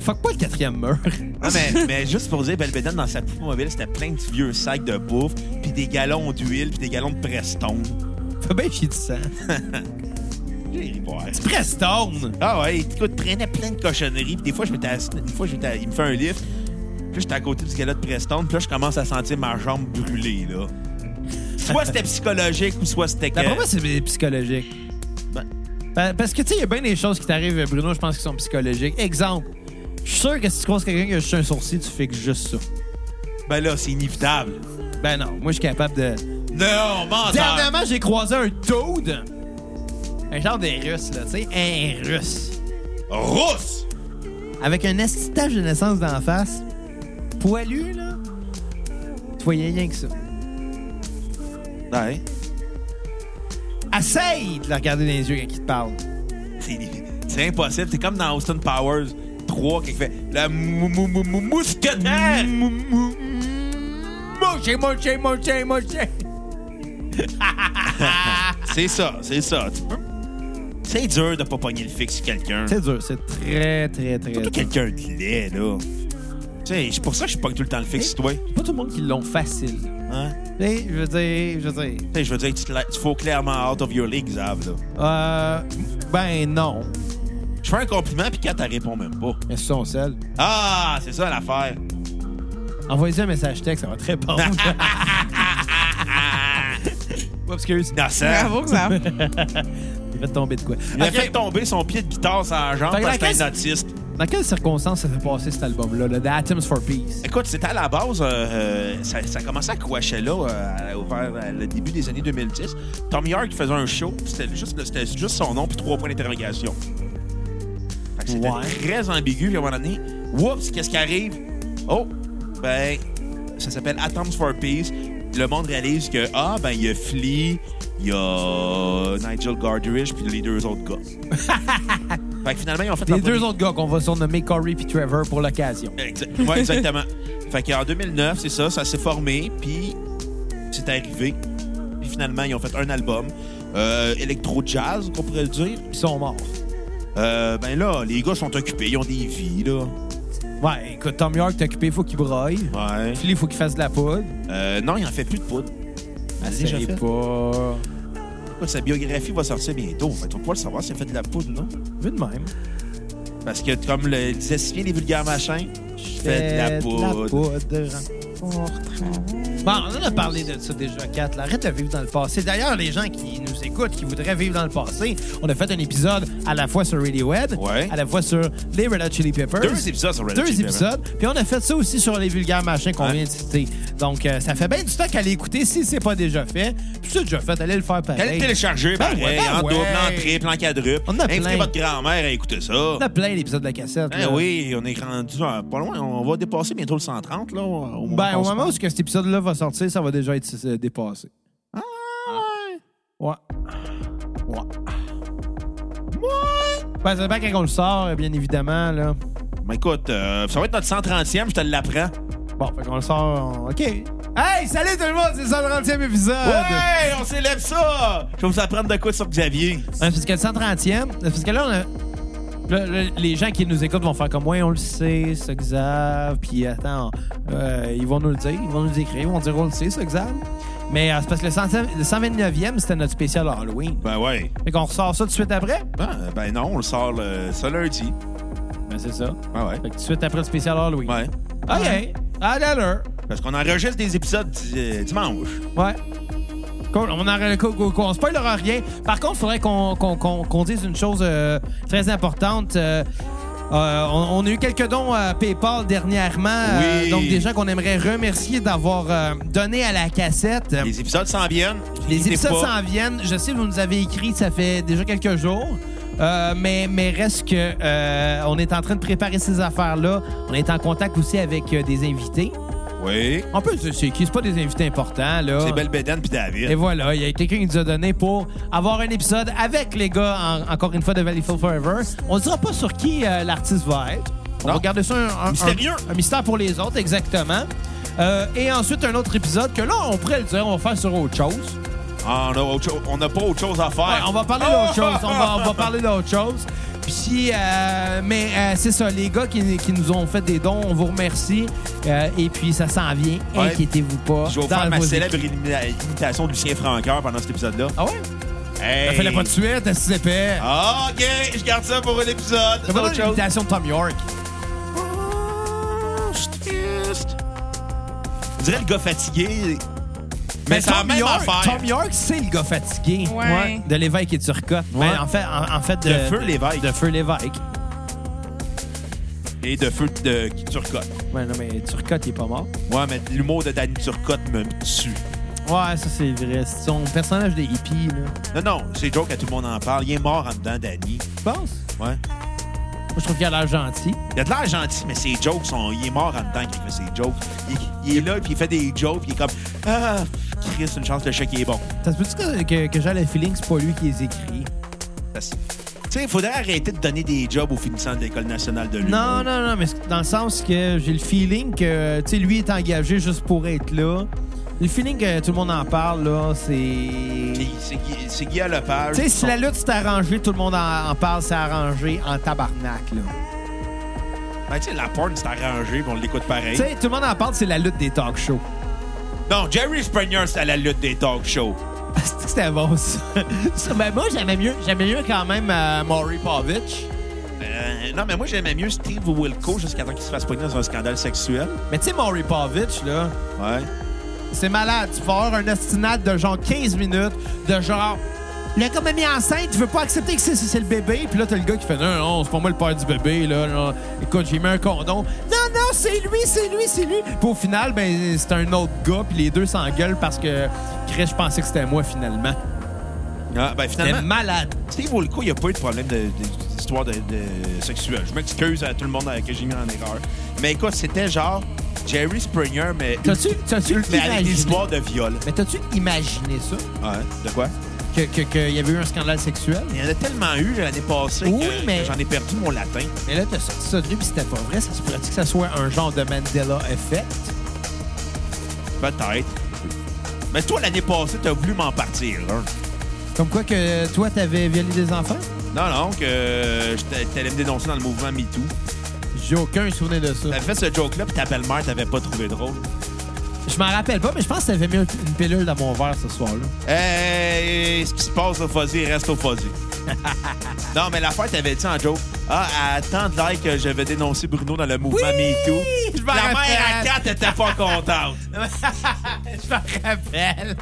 [SPEAKER 1] Fuck pas le quatrième mur.
[SPEAKER 3] Non, mais, mais juste pour dire, Belvedere, dans sa poupou mobile, c'était plein de vieux sacs de bouffe, puis des galons d'huile, puis des galons de Preston.
[SPEAKER 1] Fais bien chier du sang.
[SPEAKER 3] J'ai ri voir.
[SPEAKER 1] Prestone!
[SPEAKER 3] Ah ouais, écoute, il traînait plein de cochonneries. Puis des fois, je m'étais assis- une fois, j'étais- il me fait un livre. Puis là, j'étais à côté du gala de Preston. Puis là, je commence à sentir ma jambe brûlée, là. Soit c'était psychologique ou soit c'était... que-
[SPEAKER 1] D'après moi, c'est psychologique.
[SPEAKER 3] Ben,
[SPEAKER 1] Pa- Parce que, tu sais, il y a bien des choses qui t'arrivent, Bruno, je pense, qui sont psychologiques. Exemple, je suis sûr que si tu croises quelqu'un qui a juste un sourcil, tu fixes juste ça.
[SPEAKER 3] ben là, c'est inévitable.
[SPEAKER 1] Ben non, moi, je suis capable de.
[SPEAKER 3] Non, menteur!
[SPEAKER 1] Dernièrement, j'ai croisé un dude. Un genre des Russes, là, tu sais, un Russe.
[SPEAKER 3] Rousse!
[SPEAKER 1] Avec un estage de naissance d'en face. Poilu, là. Tu voyais rien que ça.
[SPEAKER 3] Ouais,
[SPEAKER 1] Essaye de le regarder dans les yeux quand il te parle.
[SPEAKER 3] c'est c'est impossible. C'est comme dans Austin Powers 3 qui fait le mou- mou- mou- mou- mousquetaire.
[SPEAKER 1] Moché, moché, moché, moché.
[SPEAKER 3] C'est ça, c'est ça. Tu peux- C'est dur de pas pogner le fixe sur quelqu'un.
[SPEAKER 1] C'est dur, c'est très, très, très
[SPEAKER 3] Surtout
[SPEAKER 1] dur.
[SPEAKER 3] quelqu'un de laid, là. Tu sais, c'est pour ça que je pogne tout le temps le fixe, toi.
[SPEAKER 1] Pas tout le monde qui l'ont facile.
[SPEAKER 3] Hein?
[SPEAKER 1] Tu sais, je veux dire, je veux dire.
[SPEAKER 3] Tu sais, je veux dire, tu, te la- tu fous clairement out of your league, Zav, là.
[SPEAKER 1] Euh. Ben non.
[SPEAKER 3] Je fais un compliment, puis Kat, elle répond même pas.
[SPEAKER 1] Mais sont seuls.
[SPEAKER 3] Ah, c'est ça l'affaire. (laughs)
[SPEAKER 1] Envoyez-y un message texte, ça va très (laughs) bon. Oups, excuse.
[SPEAKER 3] Innocent. (laughs)
[SPEAKER 4] Bravo, ça.
[SPEAKER 1] (laughs) Il va tomber de quoi.
[SPEAKER 3] Il a
[SPEAKER 1] Ok.
[SPEAKER 3] fait tomber son pied de guitare sur la jambe
[SPEAKER 1] Fait que
[SPEAKER 3] parce
[SPEAKER 1] la
[SPEAKER 3] que c'est un autiste.
[SPEAKER 1] Dans quelles circonstances ça s'est passé cet album-là, là, The Atoms for Peace?
[SPEAKER 3] Écoute, c'était à la base, euh, euh, ça, ça commençait à Coachella euh, à- vers euh, le début des années 2010. Tom York faisait un show, puis c'était juste, le- c'était juste son nom, puis trois points d'interrogation. Fait que C'était
[SPEAKER 1] Ouais.
[SPEAKER 3] très ambigu, puis à un moment donné, oups, qu'est-ce qui arrive? Oh, ben, ça s'appelle Atoms for Peace. Le monde réalise que, ah, ben, il y a Flea, il y a Nigel Gardrich, puis les deux autres gars.
[SPEAKER 1] (laughs)
[SPEAKER 3] fait que finalement, ils ont fait
[SPEAKER 1] Les
[SPEAKER 3] leur
[SPEAKER 1] deux
[SPEAKER 3] premier-
[SPEAKER 1] autres gars qu'on va surnommer Corey puis Trevor pour l'occasion.
[SPEAKER 3] Exact- ouais, exactement. (laughs) fait qu'en 2009, c'est ça, ça s'est formé, puis c'est arrivé. Puis finalement, ils ont fait un album, euh, électro-jazz, qu'on pourrait dire.
[SPEAKER 1] Ils sont morts.
[SPEAKER 3] Euh, ben là, les gars sont occupés, ils ont des vies, là.
[SPEAKER 1] Ouais, écoute, Tom York, t'es occupé, faut qu'il broille.
[SPEAKER 3] Ouais.
[SPEAKER 1] Puis il faut qu'il fasse de la poudre.
[SPEAKER 3] Euh, non, il en fait plus de poudre. Allez,
[SPEAKER 1] Essaye
[SPEAKER 3] j'ai fait.
[SPEAKER 1] pas.
[SPEAKER 3] Écoute, Sa biographie va sortir bientôt. Fait, on va pas le savoir s'il a fait de la poudre, non?
[SPEAKER 1] Vu de même.
[SPEAKER 3] Parce que, comme le disait si bien les vulgaires machins, Fais de la poudre.
[SPEAKER 4] Pour travailler.
[SPEAKER 1] Bon, on en a parlé de ça déjà, Kat. là. Arrête de vivre dans le passé. D'ailleurs, les gens qui nous écoutent, qui voudraient vivre dans le passé, on a fait un épisode à la fois sur Radiohead,
[SPEAKER 3] Ouais.
[SPEAKER 1] à la fois sur les Red Hot Chili Peppers.
[SPEAKER 3] Deux épisodes sur Red Hot
[SPEAKER 1] Deux
[SPEAKER 3] Chili Peppers.
[SPEAKER 1] épisodes. Puis on a fait ça aussi sur les vulgaires machins qu'on
[SPEAKER 3] Ouais.
[SPEAKER 1] vient de citer. Donc, euh, ça fait bien du stock à aller écouter si c'est pas déjà fait. Puis c'est déjà fait, allez le faire pareil.
[SPEAKER 3] Allez le télécharger,
[SPEAKER 1] Ben
[SPEAKER 3] pareil,
[SPEAKER 1] ouais, ben
[SPEAKER 3] en double,
[SPEAKER 1] ouais.
[SPEAKER 3] en triple, en quadruple.
[SPEAKER 1] On en a
[SPEAKER 3] Invitez
[SPEAKER 1] plein.
[SPEAKER 3] votre grand-mère à écouter ça.
[SPEAKER 1] On a plein d'épisodes de la cassette.
[SPEAKER 3] Ben
[SPEAKER 1] là.
[SPEAKER 3] oui, on est rendu à- pas loin. On va dépasser bientôt le 130, là. Au moment
[SPEAKER 1] Ben,
[SPEAKER 3] qu'on
[SPEAKER 1] au
[SPEAKER 3] se
[SPEAKER 1] moment où
[SPEAKER 3] parle.
[SPEAKER 1] ce que cet épisode-là va sortir, ça va déjà être euh, dépassé. Ouais. Ouais. Ben, ça dépend quand on le sort, euh, bien évidemment, là.
[SPEAKER 3] Ben, écoute, euh, ça va être notre 130e, je te l'apprends.
[SPEAKER 1] Bon, fait qu'on le sort, on- OK. Hey, salut tout le monde, c'est le 130e épisode!
[SPEAKER 3] Ouais, on célèbre ça! Je vais vous apprendre de quoi sur Xavier.
[SPEAKER 1] Ouais, parce que le 130e, parce que là, on a... là, là, les gens qui nous écoutent vont faire comme, ouais, on le sait, ce Xav, puis attends, euh, ils vont nous le dire, ils vont nous écrire, ils vont dire, on le sait, ce Xav. Mais euh, c'est parce que le, 100e le 129e, c'était notre spécial Halloween.
[SPEAKER 3] Ben ouais.
[SPEAKER 1] Fait qu'on ressort ça tout de suite après?
[SPEAKER 3] Ben, ben non, on le sort le, ça lundi.
[SPEAKER 1] Ben, c'est ça.
[SPEAKER 3] Ben ouais.
[SPEAKER 1] Fait que tout de suite après le spécial Halloween.
[SPEAKER 3] Ouais.
[SPEAKER 1] OK. À l'heure.
[SPEAKER 3] Parce qu'on enregistre des épisodes di- euh, dimanche.
[SPEAKER 1] Ouais. Cool. On, en, qu'on- qu'on- qu'on spoilera rien. Par contre, il faudrait qu'on qu'on- qu'on- qu'on dise une chose euh, très importante. Euh, euh, on, on a eu quelques dons à PayPal dernièrement. euh,
[SPEAKER 3] Oui.
[SPEAKER 1] donc, des gens qu'on aimerait remercier d'avoir euh, donné à la cassette.
[SPEAKER 3] Les épisodes s'en viennent.
[SPEAKER 1] Les
[SPEAKER 3] N'hésitez
[SPEAKER 1] épisodes
[SPEAKER 3] pas.
[SPEAKER 1] s'en viennent. Je sais, vous nous avez écrit, ça fait déjà quelques jours. Euh, mais, mais reste que euh, on est en train de préparer ces affaires-là. On est en contact aussi avec euh, des invités.
[SPEAKER 3] Oui.
[SPEAKER 1] On peut dire c'est qui? C'est pas des invités importants, là.
[SPEAKER 3] C'est Belle Bédène puis David.
[SPEAKER 1] Ah. Et voilà, il y a quelqu'un qui nous a donné pour avoir un épisode avec les gars, en- encore une fois, de Valleyfield Forever. On ne dira pas sur qui euh, l'artiste va être. On va
[SPEAKER 3] Non.
[SPEAKER 1] garder ça un, un-
[SPEAKER 3] Mystérieux.
[SPEAKER 1] un- un mystère pour les autres, exactement. Euh, et ensuite, un autre épisode que là, on pourrait le dire, on va faire sur autre chose.
[SPEAKER 3] Ah, on a autre chose- on n'a pas autre chose à faire.
[SPEAKER 1] Ouais, on va parler
[SPEAKER 3] (laughs)
[SPEAKER 1] d'autre chose. On va, on va parler d'autre chose. Puis, euh, mais euh, c'est ça, les gars qui, qui nous ont fait des dons, on vous remercie. Euh, et puis, ça s'en vient.
[SPEAKER 3] Ouais.
[SPEAKER 1] Inquiétez-vous pas.
[SPEAKER 3] Je vais vous
[SPEAKER 1] Dans
[SPEAKER 3] faire ma
[SPEAKER 1] vos-
[SPEAKER 3] célèbre élimina- imitation de Lucien Franqueur pendant cet épisode-là.
[SPEAKER 1] Ah ouais?
[SPEAKER 3] Hey.
[SPEAKER 1] Ça fait pas de suite, c'est épais.
[SPEAKER 3] Ah, OK, je garde ça pour l'épisode.
[SPEAKER 1] C'est pas
[SPEAKER 3] Autre chose.
[SPEAKER 1] l'imitation de Tom York.
[SPEAKER 3] Oh, je suis triste. Je dirais le gars fatigué. Mais, c'est la
[SPEAKER 1] Tom
[SPEAKER 3] même
[SPEAKER 1] York,
[SPEAKER 3] affaire.
[SPEAKER 1] Tom York, c'est le gars fatigué
[SPEAKER 4] Ouais.
[SPEAKER 1] de l'évêque et Turcotte.
[SPEAKER 3] Ouais.
[SPEAKER 1] Mais en fait, en, en fait de,
[SPEAKER 3] De Feu l'Évêque.
[SPEAKER 1] De Feu l'évêque.
[SPEAKER 3] Et de feu de Turcotte.
[SPEAKER 1] Ouais, non, mais Turcotte, il est pas mort.
[SPEAKER 3] Ouais, mais l'humour de Danny Turcotte me tue.
[SPEAKER 1] Ouais, ça, c'est vrai. C'est son personnage des hippies, là.
[SPEAKER 3] Non, non, c'est joke à tout le monde en parle. Il est mort en dedans, Danny.
[SPEAKER 1] Tu penses?
[SPEAKER 3] Ouais.
[SPEAKER 1] Moi, je trouve qu'il a l'air gentil.
[SPEAKER 3] Il a de l'air gentil, mais ses jokes sont. Il est mort en dedans quand il fait ses jokes. Il, il est là, puis il fait des jokes, puis il est comme. Ah, Chris, une chance, le chèque est bon.
[SPEAKER 1] Ça se peut-tu que, que, que j'ai le feeling que c'est pas lui qui les écrit?
[SPEAKER 3] Ça, c'est- Tu sais, il faudrait arrêter de donner des jobs aux finissants de l'École nationale de l'humour.
[SPEAKER 1] Non, non, non, mais c'est dans le sens que j'ai le feeling que, tu sais, lui est engagé juste pour être là. Le feeling que tout le monde en parle, là, c'est...
[SPEAKER 3] Puis C'est Guy- c'est Guy Lepage.
[SPEAKER 1] Tu sais, si la lutte s'est arrangée, tout le monde en, en parle, c'est arrangé en tabarnak, là.
[SPEAKER 3] Ben, tu sais, la porn, c'est arrangé, puis on l'écoute pareil.
[SPEAKER 1] Tu sais, tout le monde en parle, c'est la lutte des talk shows. (laughs)
[SPEAKER 3] Non, Jerry Springer, c'est à la lutte des talk shows.
[SPEAKER 1] C'est que c'était bon, ça. Ça, ben, moi, j'aimais mieux, j'aimais mieux quand même euh, Maury Povich.
[SPEAKER 3] Euh, non, mais moi, j'aimais mieux Steve Wilco jusqu'à temps qu'il se fasse pogner dans un scandale sexuel.
[SPEAKER 1] Mais tu sais, Maury Povich, là,
[SPEAKER 3] Ouais.
[SPEAKER 1] c'est malade. Tu vas avoir un ostinat de genre 15 minutes, de genre. Le gars m'a mis enceinte, tu veux pas accepter que c'est, c'est le bébé. Puis là, t'as le gars qui fait Non, non, c'est pas moi le père du bébé, là. non. Écoute, j'ai mis un condom. Non, non, c'est lui, c'est lui, c'est lui. Puis au final, ben, c'est un autre gars, puis les deux s'engueulent parce que Chris, je pensais que c'était moi finalement.
[SPEAKER 3] Ah, ben,
[SPEAKER 1] T'es
[SPEAKER 3] finalement,
[SPEAKER 1] malade.
[SPEAKER 3] Steve Wilco, il n'y a pas eu de problème de- de- d'histoire de, de sexuelle. Je m'excuse à tout le monde que j'ai mis en erreur. Mais écoute, c'était genre Jerry Springer, mais.
[SPEAKER 1] T'as-tu, t'as-tu
[SPEAKER 3] mais avec des
[SPEAKER 1] imaginé-
[SPEAKER 3] histoires de viol.
[SPEAKER 1] Mais t'as-tu imaginé ça?
[SPEAKER 3] Ouais. De quoi?
[SPEAKER 1] Qu'il que, qu'il y avait eu un scandale sexuel?
[SPEAKER 3] Il y en a tellement eu l'année passée
[SPEAKER 1] Oui,
[SPEAKER 3] que
[SPEAKER 1] mais-
[SPEAKER 3] j'en ai perdu mon latin.
[SPEAKER 1] Mais là, t'as sorti ça de lui, puis c'était pas vrai. Ça se pourrait que ça soit un genre de Mandela effect?
[SPEAKER 3] Peut-être. Mais toi, l'année passée, t'as voulu m'en partir. hein.
[SPEAKER 1] Comme quoi que toi, t'avais violé des enfants?
[SPEAKER 3] Non, non, que euh, j'étais- t'allais me dénoncer dans le mouvement MeToo.
[SPEAKER 1] J'ai aucun souvenir de ça.
[SPEAKER 3] T'avais fait ce joke-là, puis ta belle-mère t'avait pas trouvé drôle.
[SPEAKER 1] Je m'en rappelle pas, mais je pense que t'avais mis une pilule dans mon verre ce soir-là.
[SPEAKER 3] (laughs) Hey, ce qui se passe au Fuzzy reste au Fuzzy. non, mais l'affaire, t'avais dit en joke, Ah, à tant de likes, euh, j'avais dénoncé Bruno dans le mouvement
[SPEAKER 1] Oui!
[SPEAKER 3] MeToo.
[SPEAKER 1] Je m'en
[SPEAKER 3] La mère à
[SPEAKER 1] rappelle.
[SPEAKER 3] 4 était pas contente.
[SPEAKER 1] (laughs) Je me rappelle.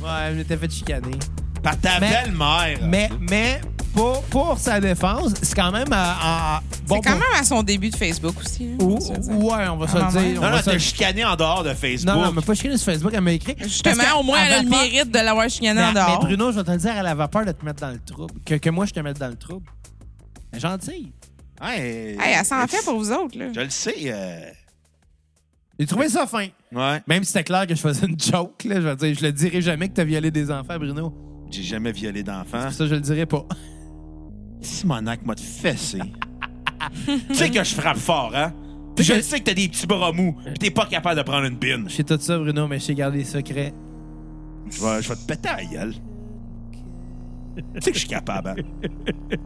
[SPEAKER 1] Ouais, je m'étais fait chicaner.
[SPEAKER 3] Par ta
[SPEAKER 1] Mais-
[SPEAKER 3] belle-mère.
[SPEAKER 1] Mais, mais pour, pour sa défense, c'est quand même. euh, euh, bon
[SPEAKER 4] C'est quand
[SPEAKER 1] pour-
[SPEAKER 4] même à son début de Facebook aussi. hein, là,
[SPEAKER 1] Ou-
[SPEAKER 4] on se le dit.
[SPEAKER 1] ouais, on va se
[SPEAKER 4] Ah,
[SPEAKER 1] le
[SPEAKER 4] maman.
[SPEAKER 1] dire. on
[SPEAKER 3] Non, non,
[SPEAKER 1] va se le-
[SPEAKER 3] t'as chicané en dehors de Facebook.
[SPEAKER 1] non, non, mais pas chicaner sur Facebook, elle m'a écrit. Parce
[SPEAKER 4] Justement, au moins, elle a
[SPEAKER 1] qu'elle
[SPEAKER 4] le
[SPEAKER 1] avait
[SPEAKER 4] mérite de l'avoir chicané
[SPEAKER 1] peur-
[SPEAKER 4] en
[SPEAKER 1] Mais,
[SPEAKER 4] dehors.
[SPEAKER 1] mais Bruno, je vais te le dire, elle avait peur de te mettre dans le trouble. Que, que moi, je te mette dans le trouble. Ben, Mais Gentille.
[SPEAKER 3] Ouais,
[SPEAKER 4] Hey, elle s'en fait pour vous autres. Là.
[SPEAKER 3] Je le sais. euh,
[SPEAKER 1] J'ai trouvé ça fin.
[SPEAKER 3] Ouais.
[SPEAKER 1] Même si c'était clair que je faisais une joke, là, je vais te dire, je le dirai jamais que t'as violé des enfants, Bruno.
[SPEAKER 3] J'ai jamais violé d'enfant.
[SPEAKER 1] Ça, je le dirai pas. (laughs)
[SPEAKER 3] Simonac m'a fessé. (laughs) tu sais que je frappe fort, hein? Puis je le sais que t'as des petits bras mous, pis t'es pas capable de prendre une bine.
[SPEAKER 1] Je sais tout ça, Bruno, mais je sais garder les secrets.
[SPEAKER 3] Je vais, je vais te péter à gueule. tu sais que je suis capable, (laughs) hein?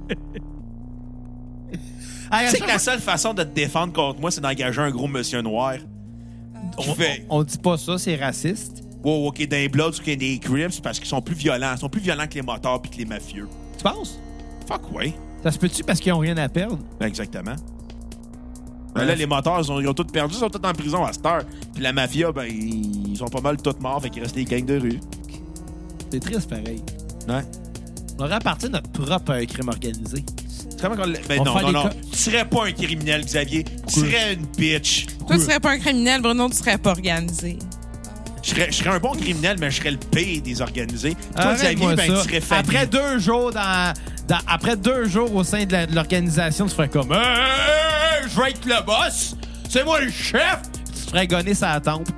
[SPEAKER 1] Hey, à
[SPEAKER 3] Tu sais que
[SPEAKER 1] chaque
[SPEAKER 3] la seule façon de te défendre contre moi, c'est d'engager un gros monsieur noir.
[SPEAKER 4] Euh,
[SPEAKER 3] On fait.
[SPEAKER 1] On dit pas ça, c'est raciste.
[SPEAKER 3] Wow, OK, des Bloods ou qu'il y a des Crips, c'est parce qu'ils sont plus violents. Ils sont plus violents que les motards puis que les mafieux.
[SPEAKER 1] Tu penses?
[SPEAKER 3] Fuck, ouais.
[SPEAKER 1] Ça se peut-tu parce qu'ils ont rien à perdre?
[SPEAKER 3] Ben, exactement. Ben là, les motards, ils ont, ils ont tous perdu, ils sont tous en prison à cette heure. Puis la mafia, ben, ils sont pas mal tous morts, fait qu'il reste les gangs de rue.
[SPEAKER 1] C'est triste, pareil.
[SPEAKER 3] Ouais.
[SPEAKER 1] On aurait appartient à notre propre euh, crime organisé.
[SPEAKER 3] C'est vraiment qu'on l'a- Ben
[SPEAKER 1] On
[SPEAKER 3] non,
[SPEAKER 1] fait
[SPEAKER 3] non,
[SPEAKER 1] des
[SPEAKER 3] non.
[SPEAKER 1] cas-
[SPEAKER 3] Tu serais pas un criminel, Xavier. Tu serais une bitch.
[SPEAKER 4] Toi, tu serais pas un criminel, Bruno, tu serais pas organisé.
[SPEAKER 3] Je serais, je serais un bon criminel, mais je serais le pire des organisés. Puis Toi, Xavier,
[SPEAKER 1] Arrête-moi
[SPEAKER 3] ben,
[SPEAKER 1] ça.
[SPEAKER 3] tu serais famille.
[SPEAKER 1] Après deux jours dans, dans- après deux jours au sein de la- de l'organisation, tu ferais comme Hey, hey, hey, euh, je vais être le boss, c'est moi le chef. Tu te ferais gonner sa tempe.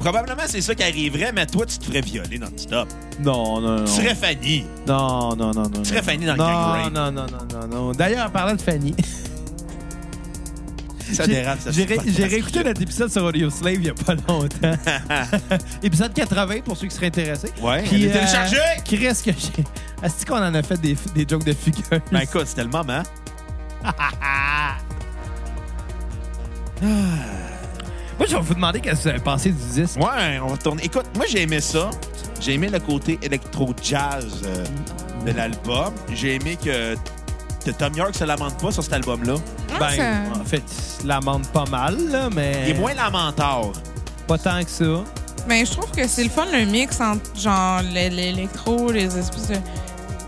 [SPEAKER 3] Probablement, c'est ça qui arriverait, mais toi, tu te ferais violer non-stop.
[SPEAKER 1] Non, non, non.
[SPEAKER 3] Tu serais Fanny.
[SPEAKER 1] Non, non, non, non.
[SPEAKER 3] Tu serais Fanny dans le
[SPEAKER 1] non,
[SPEAKER 3] gang rape.
[SPEAKER 1] non, non, non, non, non. D'ailleurs, en parlant de Fanny,
[SPEAKER 3] Ça
[SPEAKER 1] j'ai-
[SPEAKER 3] dérape, ça
[SPEAKER 1] j'ai
[SPEAKER 3] se
[SPEAKER 1] ré-
[SPEAKER 3] passe.
[SPEAKER 1] j'ai réécouté notre épisode sur Audio Slave il n'y a pas longtemps.
[SPEAKER 3] (laughs)
[SPEAKER 1] épisode 80 pour ceux qui seraient intéressés.
[SPEAKER 3] Ouais,
[SPEAKER 1] Puis, euh,
[SPEAKER 3] on est téléchargé!
[SPEAKER 1] Chris, que j'ai. Est-ce qu'on en a fait des, des jokes de figure?
[SPEAKER 3] Ben écoute, c'était le moment.
[SPEAKER 1] Moi, je vais vous demander qu'est-ce que vous avez pensé du disque.
[SPEAKER 3] Ouais, on va tourner. Écoute, moi j'ai aimé ça. J'ai aimé le côté électro-jazz euh,
[SPEAKER 4] Mm.
[SPEAKER 3] de l'album. J'ai aimé que, que Tom York se lamente pas sur cet album-là.
[SPEAKER 4] Ah, ça-
[SPEAKER 1] Ben, en fait, il se lamente pas mal, là, mais
[SPEAKER 4] Eh.
[SPEAKER 3] Il est moins lamenteur.
[SPEAKER 1] pas tant que ça.
[SPEAKER 4] Mais Ben, je trouve que c'est le fun, le mix entre genre l'é- l'électro, les espèces de.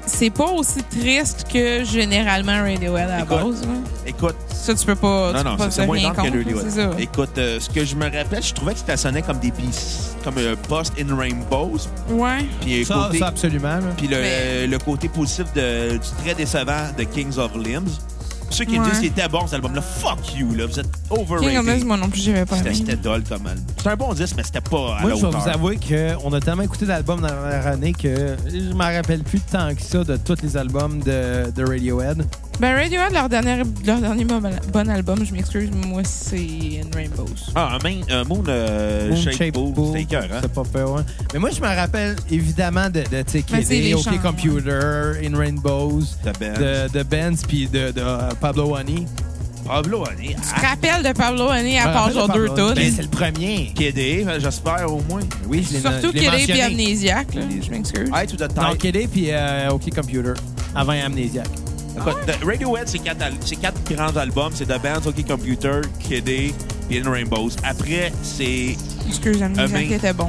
[SPEAKER 4] C'est pas aussi triste que généralement Radiohead à la
[SPEAKER 3] Écoute.
[SPEAKER 4] base. là.
[SPEAKER 3] Écoute,
[SPEAKER 4] Ça, tu peux pas.
[SPEAKER 3] non,
[SPEAKER 4] tu
[SPEAKER 3] non,
[SPEAKER 4] peux
[SPEAKER 3] ça,
[SPEAKER 4] pas
[SPEAKER 3] c'est moins
[SPEAKER 4] rien
[SPEAKER 3] dark que
[SPEAKER 4] contre,
[SPEAKER 3] le
[SPEAKER 4] c'est ça.
[SPEAKER 3] Écoute, euh, ce que je me rappelle, je trouvais que ça sonnait comme des pistes, comme euh, Bust in Rainbows.
[SPEAKER 4] Ouais.
[SPEAKER 3] Puis
[SPEAKER 1] Ça,
[SPEAKER 3] côté-
[SPEAKER 1] ça, absolument. là.
[SPEAKER 3] Puis le, euh,
[SPEAKER 4] Mais-
[SPEAKER 3] le côté positif de- du très décevant de Kings of Limbs. Ceux qui me
[SPEAKER 4] Ouais.
[SPEAKER 3] disent qu'il était bon cet album-là, fuck you, là, vous êtes
[SPEAKER 4] King of Death,
[SPEAKER 3] overrated.
[SPEAKER 4] moi non plus, j'avais pas
[SPEAKER 3] C'était
[SPEAKER 4] aimé.
[SPEAKER 3] c'était dole comme album. C'est un bon disque, mais c'était pas à
[SPEAKER 1] Moi,
[SPEAKER 3] la
[SPEAKER 1] je vais
[SPEAKER 3] hauteur.
[SPEAKER 1] vous avouer qu'on a tellement écouté d'albums dans la dernière année que je m'en rappelle plus tant que ça de tous les albums de, de Radiohead.
[SPEAKER 4] Ben, Radiohead, leur dernier, leur dernier bon, bon album, je m'excuse, moi, c'est In Rainbows.
[SPEAKER 3] Ah, un, main, un Moon, euh,
[SPEAKER 1] Moon
[SPEAKER 3] Shape,
[SPEAKER 1] Shape
[SPEAKER 3] Boom,
[SPEAKER 1] Boom,
[SPEAKER 3] c'était écœur, hein?
[SPEAKER 1] C'est pas peur, ouais. Mais moi, je me rappelle évidemment de, de tu sais,
[SPEAKER 4] Mais Ben, c'est
[SPEAKER 1] KD,
[SPEAKER 4] les chants,
[SPEAKER 1] OK Computer, In Rainbows,
[SPEAKER 3] De Benz.
[SPEAKER 1] de, de Benz, puis de, de, euh, Pablo Honey.
[SPEAKER 3] Pablo Honey,
[SPEAKER 4] Tu te rappelles de Pablo Honey à
[SPEAKER 1] Je me
[SPEAKER 4] part
[SPEAKER 1] rappelle
[SPEAKER 4] genre
[SPEAKER 1] de
[SPEAKER 4] deux
[SPEAKER 1] Pablo Honey.
[SPEAKER 4] toutes.
[SPEAKER 1] Ben, c'est le premier.
[SPEAKER 3] KD, euh, j'espère au moins.
[SPEAKER 1] Oui, je l'ai
[SPEAKER 4] Surtout
[SPEAKER 1] je l'ai
[SPEAKER 4] qu'il est
[SPEAKER 1] mentionné.
[SPEAKER 4] amnésiaque, là. Je m'excuse.
[SPEAKER 3] Eye to the
[SPEAKER 1] Non,
[SPEAKER 3] Tide.
[SPEAKER 1] KD puis euh, OK Computer. Avant Amnésiaque.
[SPEAKER 3] Écoute, de- Radiohead, c'est quatre, al- c'est quatre grands albums. C'est The Bands, OK Computer, KD, puis In Rainbows. Après, c'est...
[SPEAKER 4] Excuse,
[SPEAKER 3] Amé.
[SPEAKER 4] amnésiaque était bon.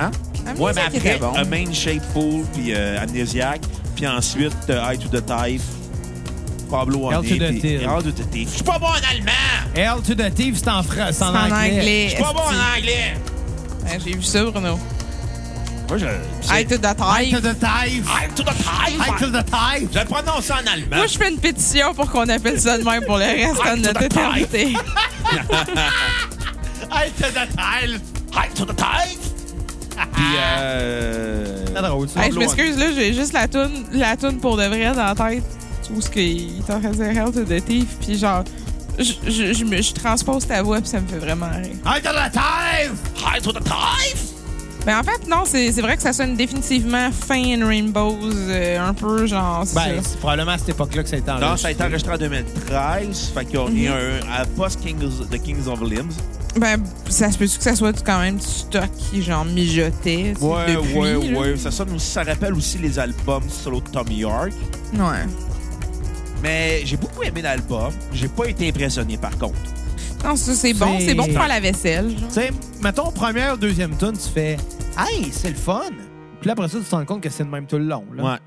[SPEAKER 3] Hein?
[SPEAKER 4] Amnésiaque
[SPEAKER 3] Ouais, mais
[SPEAKER 4] était
[SPEAKER 3] après,
[SPEAKER 4] bon.
[SPEAKER 3] A Main Shape Fool, puis euh, Amnésiac. Puis ensuite, euh, Eye to the Tide, Pablo
[SPEAKER 1] Hell
[SPEAKER 3] Honey.
[SPEAKER 1] to the
[SPEAKER 3] puis-
[SPEAKER 1] Thief.
[SPEAKER 3] Hell to the Thief. Je suis pas bon en allemand!
[SPEAKER 1] Hell to the Thief, c'est en, fra- c'est
[SPEAKER 4] C'est
[SPEAKER 1] en anglais.
[SPEAKER 3] Je suis pas bon
[SPEAKER 4] esti.
[SPEAKER 3] en anglais!
[SPEAKER 4] Ouais, J'ai vu ça, Bruno.
[SPEAKER 3] Moi, je...
[SPEAKER 4] Hey,
[SPEAKER 3] c'est-
[SPEAKER 4] t'es de
[SPEAKER 1] Hell to
[SPEAKER 4] taille.
[SPEAKER 1] the Thief!
[SPEAKER 3] Eye to the Tide!
[SPEAKER 1] Hell E. to the Thief!
[SPEAKER 3] Je le prononce en allemand.
[SPEAKER 4] Moi, je fais une pétition pour qu'on appelle ça de même pour le reste de notre éternité. (laughs)
[SPEAKER 1] Hell to the Thief!
[SPEAKER 3] High to the tide. Puis, euh...
[SPEAKER 1] C'est drôle, ça.
[SPEAKER 4] Hey, je m'excuse, là, j'ai juste la toune, la toune pour de vrai dans la tête. Où ce qu'il t'en faisait Hell to the Thief, puis genre, je, je, je, me- je transpose ta voix, puis ça me fait vraiment rire.
[SPEAKER 3] High to the tide. High to the tide.
[SPEAKER 4] Mais Ben, en fait, non, c'est c'est vrai que ça sonne définitivement fin and rainbows, euh, un peu genre. c'est
[SPEAKER 1] Ben,
[SPEAKER 4] ça.
[SPEAKER 1] c'est probablement à cette époque-là que ça a été
[SPEAKER 3] Non, ça a
[SPEAKER 1] enregistré.
[SPEAKER 3] été enregistré en 2013. Fait qu'on est un, à post-Kings the Kings of Limbs.
[SPEAKER 4] ben, ça se peut-tu que ça soit du- quand même du stock qui, genre, mijotait? tu sais, depuis, là?
[SPEAKER 3] Ça, sonne aussi- ça rappelle aussi les albums solo de Tommy York.
[SPEAKER 4] Ouais.
[SPEAKER 3] Mais j'ai beaucoup aimé l'album. J'ai pas été impressionné, par contre.
[SPEAKER 4] Non, ça, c'est bon.
[SPEAKER 1] C'est-
[SPEAKER 4] C'est bon pour faire la vaisselle. genre.
[SPEAKER 1] Tu sais, mettons, première, deuxième tune, tu fais Hey, c'est le fun! Puis là, après ça, tu te rends compte que c'est le même tout le long. Là.
[SPEAKER 3] Ouais.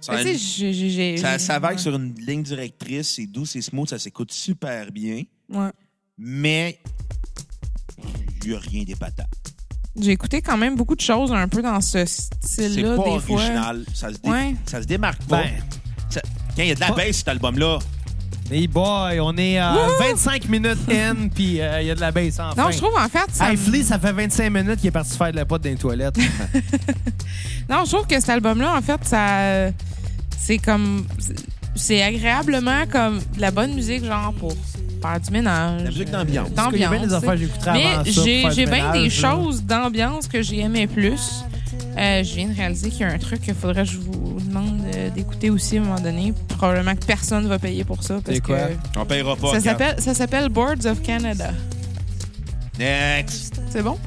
[SPEAKER 3] Ça,
[SPEAKER 1] Ben,
[SPEAKER 4] Mais Tu sais, j'ai- j'ai- j'ai-
[SPEAKER 3] ça, ça vague
[SPEAKER 4] ouais.
[SPEAKER 3] sur une ligne directrice. C'est doux, c'est smooth. Ça s'écoute super bien.
[SPEAKER 4] Ouais.
[SPEAKER 3] Mais il n'y a rien des patates.
[SPEAKER 4] J'ai écouté quand même beaucoup de choses un peu dans ce
[SPEAKER 3] C'est
[SPEAKER 4] style-là,
[SPEAKER 3] pas
[SPEAKER 4] des fois.
[SPEAKER 3] original. Ça se, dé-
[SPEAKER 4] Ouais.
[SPEAKER 3] ça se démarque pas.
[SPEAKER 1] Ben,
[SPEAKER 3] Ça- Quand il y a de la
[SPEAKER 1] Pas-
[SPEAKER 3] baisse, cet album-là,
[SPEAKER 1] hey boy, on est à
[SPEAKER 4] Wouhou!
[SPEAKER 1] 25 minutes in, (laughs) puis euh, il y a de la baisse enfin.
[SPEAKER 4] Non, je trouve en fait. ça
[SPEAKER 1] Hey,
[SPEAKER 4] me-
[SPEAKER 1] Flea, ça fait 25 minutes qu'il est parti faire de la pote dans les
[SPEAKER 4] (laughs)
[SPEAKER 1] toilettes.
[SPEAKER 4] Non, je trouve que cet album-là, en fait, ça. C'est comme. C'est agréablement comme de la bonne musique, genre pour faire du ménage.
[SPEAKER 3] la musique d'ambiance.
[SPEAKER 4] Dans-
[SPEAKER 1] Parce qu'il y a bien
[SPEAKER 4] Ambiance,
[SPEAKER 1] des affaires que
[SPEAKER 4] tu sais.
[SPEAKER 1] j'écouterais
[SPEAKER 4] Mais
[SPEAKER 1] avant ça. pour
[SPEAKER 4] j'ai
[SPEAKER 1] faire
[SPEAKER 4] j'ai
[SPEAKER 1] du
[SPEAKER 4] bien des
[SPEAKER 1] ménage, là.
[SPEAKER 4] choses d'ambiance que j'ai aimé plus. Euh, je viens de réaliser qu'il y a un truc qu'il faudrait que je vous demande euh, d'écouter aussi à un moment donné. Probablement que personne va payer pour ça. parce
[SPEAKER 1] C'est quoi?
[SPEAKER 4] que
[SPEAKER 3] On payera pas.
[SPEAKER 4] Ça
[SPEAKER 3] regarde.
[SPEAKER 4] s'appelle- ça s'appelle Boards of Canada.
[SPEAKER 3] Next.
[SPEAKER 4] C'est bon?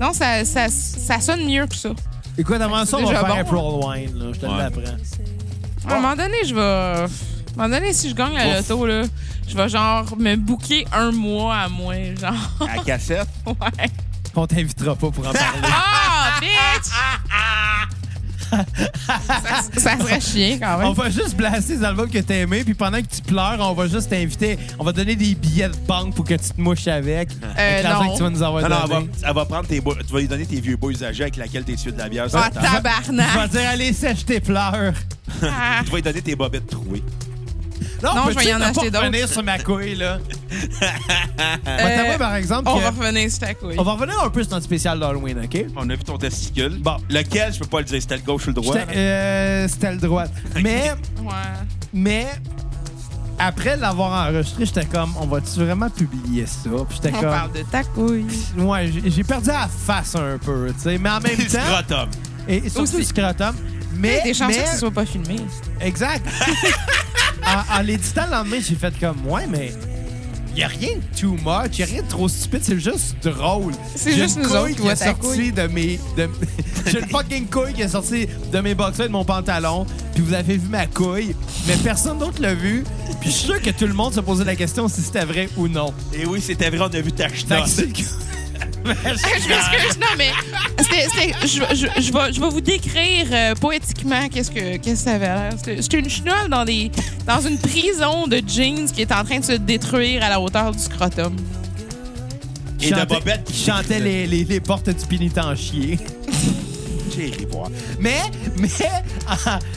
[SPEAKER 4] Non, ça, ça, ça sonne mieux que ça.
[SPEAKER 1] Écoute, avant ça, on va
[SPEAKER 4] déjà
[SPEAKER 1] faire
[SPEAKER 4] bon,
[SPEAKER 1] April Wine, là, je te
[SPEAKER 3] Ouais.
[SPEAKER 1] l'apprends.
[SPEAKER 4] À
[SPEAKER 1] Ah.
[SPEAKER 4] un moment donné, je vais. À un moment donné, si je gagne la
[SPEAKER 3] Ouf.
[SPEAKER 4] loto, là, je vais genre me bouquer un mois à moins, (laughs) genre.
[SPEAKER 3] À cassette.
[SPEAKER 4] Ouais.
[SPEAKER 1] On t'invitera pas pour en
[SPEAKER 4] (laughs)
[SPEAKER 1] parler.
[SPEAKER 4] Ah, bitch! Ah, ça, ça serait chiant quand
[SPEAKER 1] On
[SPEAKER 4] même.
[SPEAKER 1] va juste blaster les albums que t'as aimés, puis pendant que tu pleures, on va juste t'inviter. On va donner des billets de banque pour que tu te mouches avec. avec l'argent
[SPEAKER 4] Euh, non.
[SPEAKER 1] que tu vas nous avoir
[SPEAKER 3] Non, non, elle va,
[SPEAKER 1] donné.
[SPEAKER 3] elle va prendre tes bois- Tu vas lui donner tes vieux bois usagés avec lesquels t'es sûr de la bière.
[SPEAKER 4] Ah,
[SPEAKER 3] sur la table.
[SPEAKER 1] Je vais
[SPEAKER 4] tabarnak!
[SPEAKER 1] dire, allez sèche tes pleurs.
[SPEAKER 4] Ah.
[SPEAKER 3] Tu vas lui donner tes bobettes trouées.
[SPEAKER 4] Non, je vais
[SPEAKER 1] peux-tu
[SPEAKER 4] y en
[SPEAKER 1] ne pas
[SPEAKER 4] acheter d'autres.
[SPEAKER 1] revenir sur ma couille, là. Ben,
[SPEAKER 4] Euh,
[SPEAKER 1] T'as vu, par exemple,
[SPEAKER 4] on
[SPEAKER 1] que-
[SPEAKER 4] va revenir sur ta couille.
[SPEAKER 1] on va revenir un peu sur notre spécial d'Halloween, OK?
[SPEAKER 3] On a vu ton testicule.
[SPEAKER 1] Bon.
[SPEAKER 3] Lequel, je peux pas le dire. C'était le gauche ou le droit.
[SPEAKER 1] J'étais- euh, C'était le droit. Mais,
[SPEAKER 4] Ouais.
[SPEAKER 1] mais après l'avoir enregistré, j'étais comme, on va-tu vraiment publier ça? Puis j'étais
[SPEAKER 4] On
[SPEAKER 1] comme,
[SPEAKER 4] parle de ta couille.
[SPEAKER 1] ouais, j'ai- j'ai perdu la face un peu, tu sais. Mais
[SPEAKER 3] (laughs)
[SPEAKER 1] en même
[SPEAKER 3] Le
[SPEAKER 1] temps,
[SPEAKER 3] scrotum.
[SPEAKER 1] et surtout
[SPEAKER 4] Aussi.
[SPEAKER 1] le scrotum. Mais,
[SPEAKER 4] Des chances
[SPEAKER 1] mais-
[SPEAKER 4] que ce soit pas filmé.
[SPEAKER 1] Exact. (laughs) en en l'éditant le lendemain, j'ai fait comme, ouais, mais il a rien de too much, il a rien de trop stupide, c'est juste drôle.
[SPEAKER 4] C'est
[SPEAKER 1] J'ai
[SPEAKER 4] juste
[SPEAKER 1] une
[SPEAKER 4] nous
[SPEAKER 1] couille
[SPEAKER 4] autres qui voit
[SPEAKER 1] est
[SPEAKER 4] ta
[SPEAKER 1] sortie
[SPEAKER 4] couille.
[SPEAKER 1] de mes. de- (laughs) J'ai une fucking couille qui est sortie de mes boxers de mon pantalon, puis vous avez vu ma couille, mais personne d'autre l'a vu, puis je suis sûr que tout le monde se posait la question si c'était vrai ou non.
[SPEAKER 3] Et oui, c'était vrai, on a vu ta
[SPEAKER 1] Fait que
[SPEAKER 3] chenotte.
[SPEAKER 4] (laughs)
[SPEAKER 1] c'est-
[SPEAKER 4] je m'excuse, non, mais c'était- c'était- je, je- je vais, je vais vous décrire euh, poétiquement qu'est-ce que, qu'est-ce que ça avait l'air. C'était c'était une chenolle dans, des, dans une prison de jeans qui est en train de se détruire à la hauteur du scrotum.
[SPEAKER 3] Et de
[SPEAKER 1] Chantait-
[SPEAKER 3] bobettes.
[SPEAKER 1] qui chantait les, les, les portes du pénitencier.
[SPEAKER 3] J'ai ri voir.
[SPEAKER 1] Mais, mais,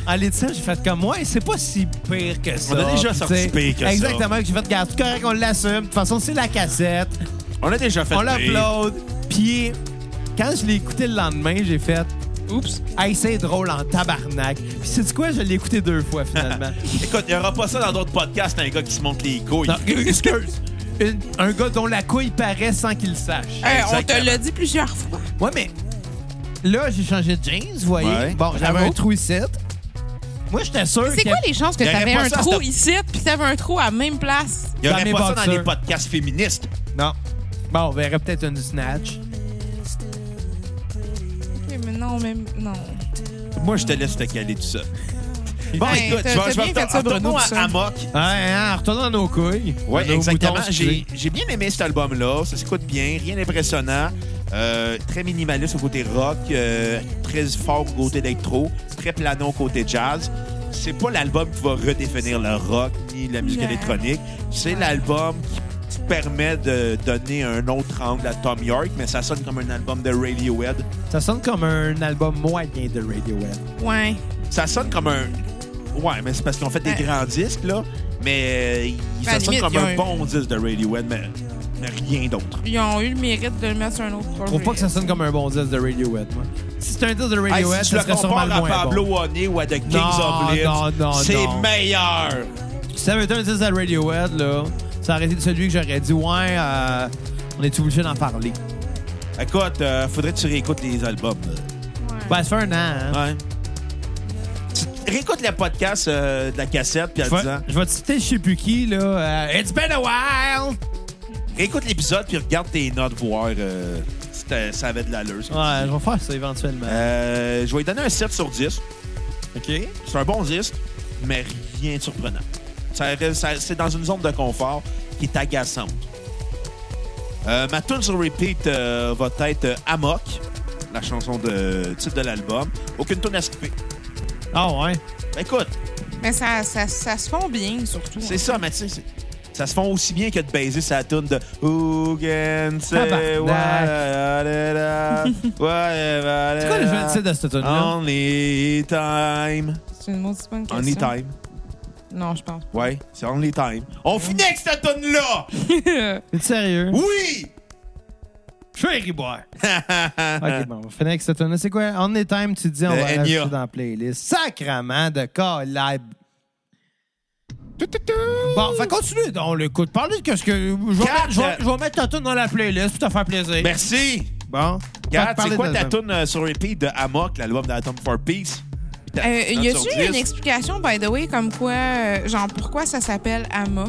[SPEAKER 1] en, en l'éditant, j'ai fait comme moi, c'est pas si pire que ça.
[SPEAKER 3] On a déjà
[SPEAKER 1] Puis,
[SPEAKER 3] sorti
[SPEAKER 1] tu sais,
[SPEAKER 3] pire que ça.
[SPEAKER 1] Exactement, que j'ai fait, regarde, c'est correct, on l'assume. De toute façon, c'est la cassette,
[SPEAKER 3] On a déjà fait
[SPEAKER 1] on
[SPEAKER 3] pire.
[SPEAKER 1] l'upload. Puis, quand je l'ai écouté le lendemain, j'ai fait,
[SPEAKER 4] Oups.
[SPEAKER 1] hey, c'est drôle en tabarnak. Puis, c'est quoi, je l'ai écouté deux fois
[SPEAKER 3] (laughs)
[SPEAKER 1] finalement.
[SPEAKER 3] Écoute, il n'y aura pas ça dans d'autres podcasts, un gars qui se monte les couilles.
[SPEAKER 1] Non, excuse. Une- un gars dont la couille paraît sans qu'il le sache.
[SPEAKER 4] Euh, on te
[SPEAKER 3] Exactement.
[SPEAKER 4] l'a dit plusieurs fois.
[SPEAKER 1] Ouais, mais là, j'ai changé de jeans, vous voyez.
[SPEAKER 3] Ouais.
[SPEAKER 1] Bon, j'avais
[SPEAKER 4] Bravo.
[SPEAKER 1] un trou ici. Moi, j'étais sûr
[SPEAKER 4] C'est
[SPEAKER 1] que-
[SPEAKER 4] quoi les chances que
[SPEAKER 3] y aurait
[SPEAKER 4] t'avais
[SPEAKER 3] pas
[SPEAKER 4] un
[SPEAKER 3] ça,
[SPEAKER 4] trou
[SPEAKER 3] c'était-
[SPEAKER 4] ici puis t'avais un trou à la même place?
[SPEAKER 3] Il n'y
[SPEAKER 1] dans
[SPEAKER 3] aurait
[SPEAKER 1] mes
[SPEAKER 3] pas ça dans
[SPEAKER 1] boxers.
[SPEAKER 3] les podcasts féministes.
[SPEAKER 1] Non. Bon, on verrait peut-être une snatch.
[SPEAKER 4] Ok, mais non, mais non.
[SPEAKER 3] Moi, je te laisse te caler tout ça. Bon,
[SPEAKER 4] Ouais,
[SPEAKER 3] écoute,
[SPEAKER 4] Ben, t'as-
[SPEAKER 3] je vais-
[SPEAKER 4] t'as
[SPEAKER 3] je vais
[SPEAKER 4] bien fait ça,
[SPEAKER 3] retourner
[SPEAKER 4] Bruno,
[SPEAKER 3] à
[SPEAKER 4] tout seul.
[SPEAKER 3] Amok.
[SPEAKER 1] Ouais, hein, en retournant à nos couilles. À
[SPEAKER 3] Oui,
[SPEAKER 1] nos
[SPEAKER 3] exactement.
[SPEAKER 1] moutons,
[SPEAKER 3] J'ai
[SPEAKER 1] excusez.
[SPEAKER 3] j'ai bien aimé cet album-là. Ça s'écoute bien, rien d'impressionnant. Euh, très minimaliste au côté rock, euh, très fort au côté électro, très planant au côté jazz. C'est pas l'album qui va redéfinir le rock ni la musique
[SPEAKER 4] Non.
[SPEAKER 3] électronique. C'est l'album qui permet de donner un autre angle à Tom York, mais ça sonne comme un album de Radiohead.
[SPEAKER 1] Ça sonne comme un album moyen de Radiohead.
[SPEAKER 4] Ouais.
[SPEAKER 3] Ça sonne comme un. Ouais, mais c'est parce qu'ils ont fait des
[SPEAKER 4] Ouais.
[SPEAKER 3] grands disques, là. Mais euh, il-
[SPEAKER 4] Ben, à
[SPEAKER 3] ça
[SPEAKER 4] la
[SPEAKER 3] sonne
[SPEAKER 4] limite,
[SPEAKER 3] comme
[SPEAKER 4] ils ont
[SPEAKER 3] un
[SPEAKER 4] eu-
[SPEAKER 3] bon disque de Radiohead, mais, mais rien d'autre.
[SPEAKER 4] Ils ont eu le mérite de le mettre sur un autre projet.
[SPEAKER 1] Je trouve pas que ça sonne comme un bon disque de Radiohead, moi. Si c'était un disque de
[SPEAKER 3] Hey,
[SPEAKER 1] Radiohead,
[SPEAKER 3] si
[SPEAKER 1] ça
[SPEAKER 3] tu le
[SPEAKER 1] serait sûrement
[SPEAKER 3] compares
[SPEAKER 1] le
[SPEAKER 3] à
[SPEAKER 1] moins
[SPEAKER 3] Pablo
[SPEAKER 1] bon.
[SPEAKER 3] Honey ou à The Kings
[SPEAKER 1] Non,
[SPEAKER 3] of Lips,
[SPEAKER 1] non, non,
[SPEAKER 3] c'est
[SPEAKER 1] non.
[SPEAKER 3] meilleur.
[SPEAKER 1] Si ça avait été un disque de Radiohead, là, ça aurait été celui que j'aurais dit, ouais, euh, on est obligé d'en parler.
[SPEAKER 3] Écoute, euh, faudrait que tu réécoutes les albums.
[SPEAKER 1] Ben, ça fait un an, hein.
[SPEAKER 3] là. Ouais. Tu réécoutes le podcast euh, de la cassette, puis en
[SPEAKER 1] Je vais-
[SPEAKER 3] disant,
[SPEAKER 1] Je vais te citer je sais plus qui, là. euh, It's been a while!
[SPEAKER 3] réécoute l'épisode, puis regarde tes notes, voir euh, si t'as- ça avait de l'allure. ça.
[SPEAKER 1] Ouais, je vais faire ça éventuellement.
[SPEAKER 3] Euh, je vais lui donner un 7 sur 10.
[SPEAKER 1] OK.
[SPEAKER 3] C'est un bon disque, mais rien de surprenant. Ça reste- ça- C'est dans une zone de confort qui est agaçante. Euh, ma tune sur repeat euh, va être euh, Amok, la chanson de titre de l'album. Aucune tune à skipper.
[SPEAKER 1] Ah ouais.
[SPEAKER 3] Ben, écoute,
[SPEAKER 4] Mais ça, ça, ça se fond bien, surtout.
[SPEAKER 3] c'est ça, mais tu sais, c'est- ça se fond aussi bien que de baiser sa tune de Who can say
[SPEAKER 1] Tabarnak.
[SPEAKER 3] what- whatever-
[SPEAKER 1] (laughs) C'est quoi le jeu de titre de cette
[SPEAKER 3] Ah.
[SPEAKER 1] tune-là?
[SPEAKER 3] Only time.
[SPEAKER 4] C'est une maudite bonne question.
[SPEAKER 3] Only time.
[SPEAKER 4] hein. Non, je pense
[SPEAKER 3] Ouais, c'est Only time. On finit avec cette tune là
[SPEAKER 4] (laughs) pas.
[SPEAKER 1] T'es sérieux?
[SPEAKER 3] Oui!
[SPEAKER 1] Chérie
[SPEAKER 3] (laughs)
[SPEAKER 1] boire! ok, bon, on va finir avec cette tune-là. C'est quoi? On est time, tu dis, on
[SPEAKER 3] Le
[SPEAKER 1] va
[SPEAKER 3] Enya.
[SPEAKER 1] rajouter dans la playlist. Sacrement de collab. Bon, fait continue, on l'écoute. Parle de ce que. Je vais
[SPEAKER 3] Quatre.
[SPEAKER 1] mettre- je vais- je vais mettre ta tune dans la playlist pour te faire plaisir.
[SPEAKER 3] Merci!
[SPEAKER 1] Bon. Fait que
[SPEAKER 3] Gad,
[SPEAKER 1] parler
[SPEAKER 3] c'est quoi
[SPEAKER 1] de-
[SPEAKER 3] ta tune euh, sur repeat de Amok, l'album d'Atom for Peace? Putain,
[SPEAKER 4] Euh,
[SPEAKER 3] note
[SPEAKER 4] y
[SPEAKER 3] sur
[SPEAKER 4] a-tu
[SPEAKER 3] 10.
[SPEAKER 4] une explication, by the way, comme quoi, euh, genre, pourquoi ça s'appelle Amok?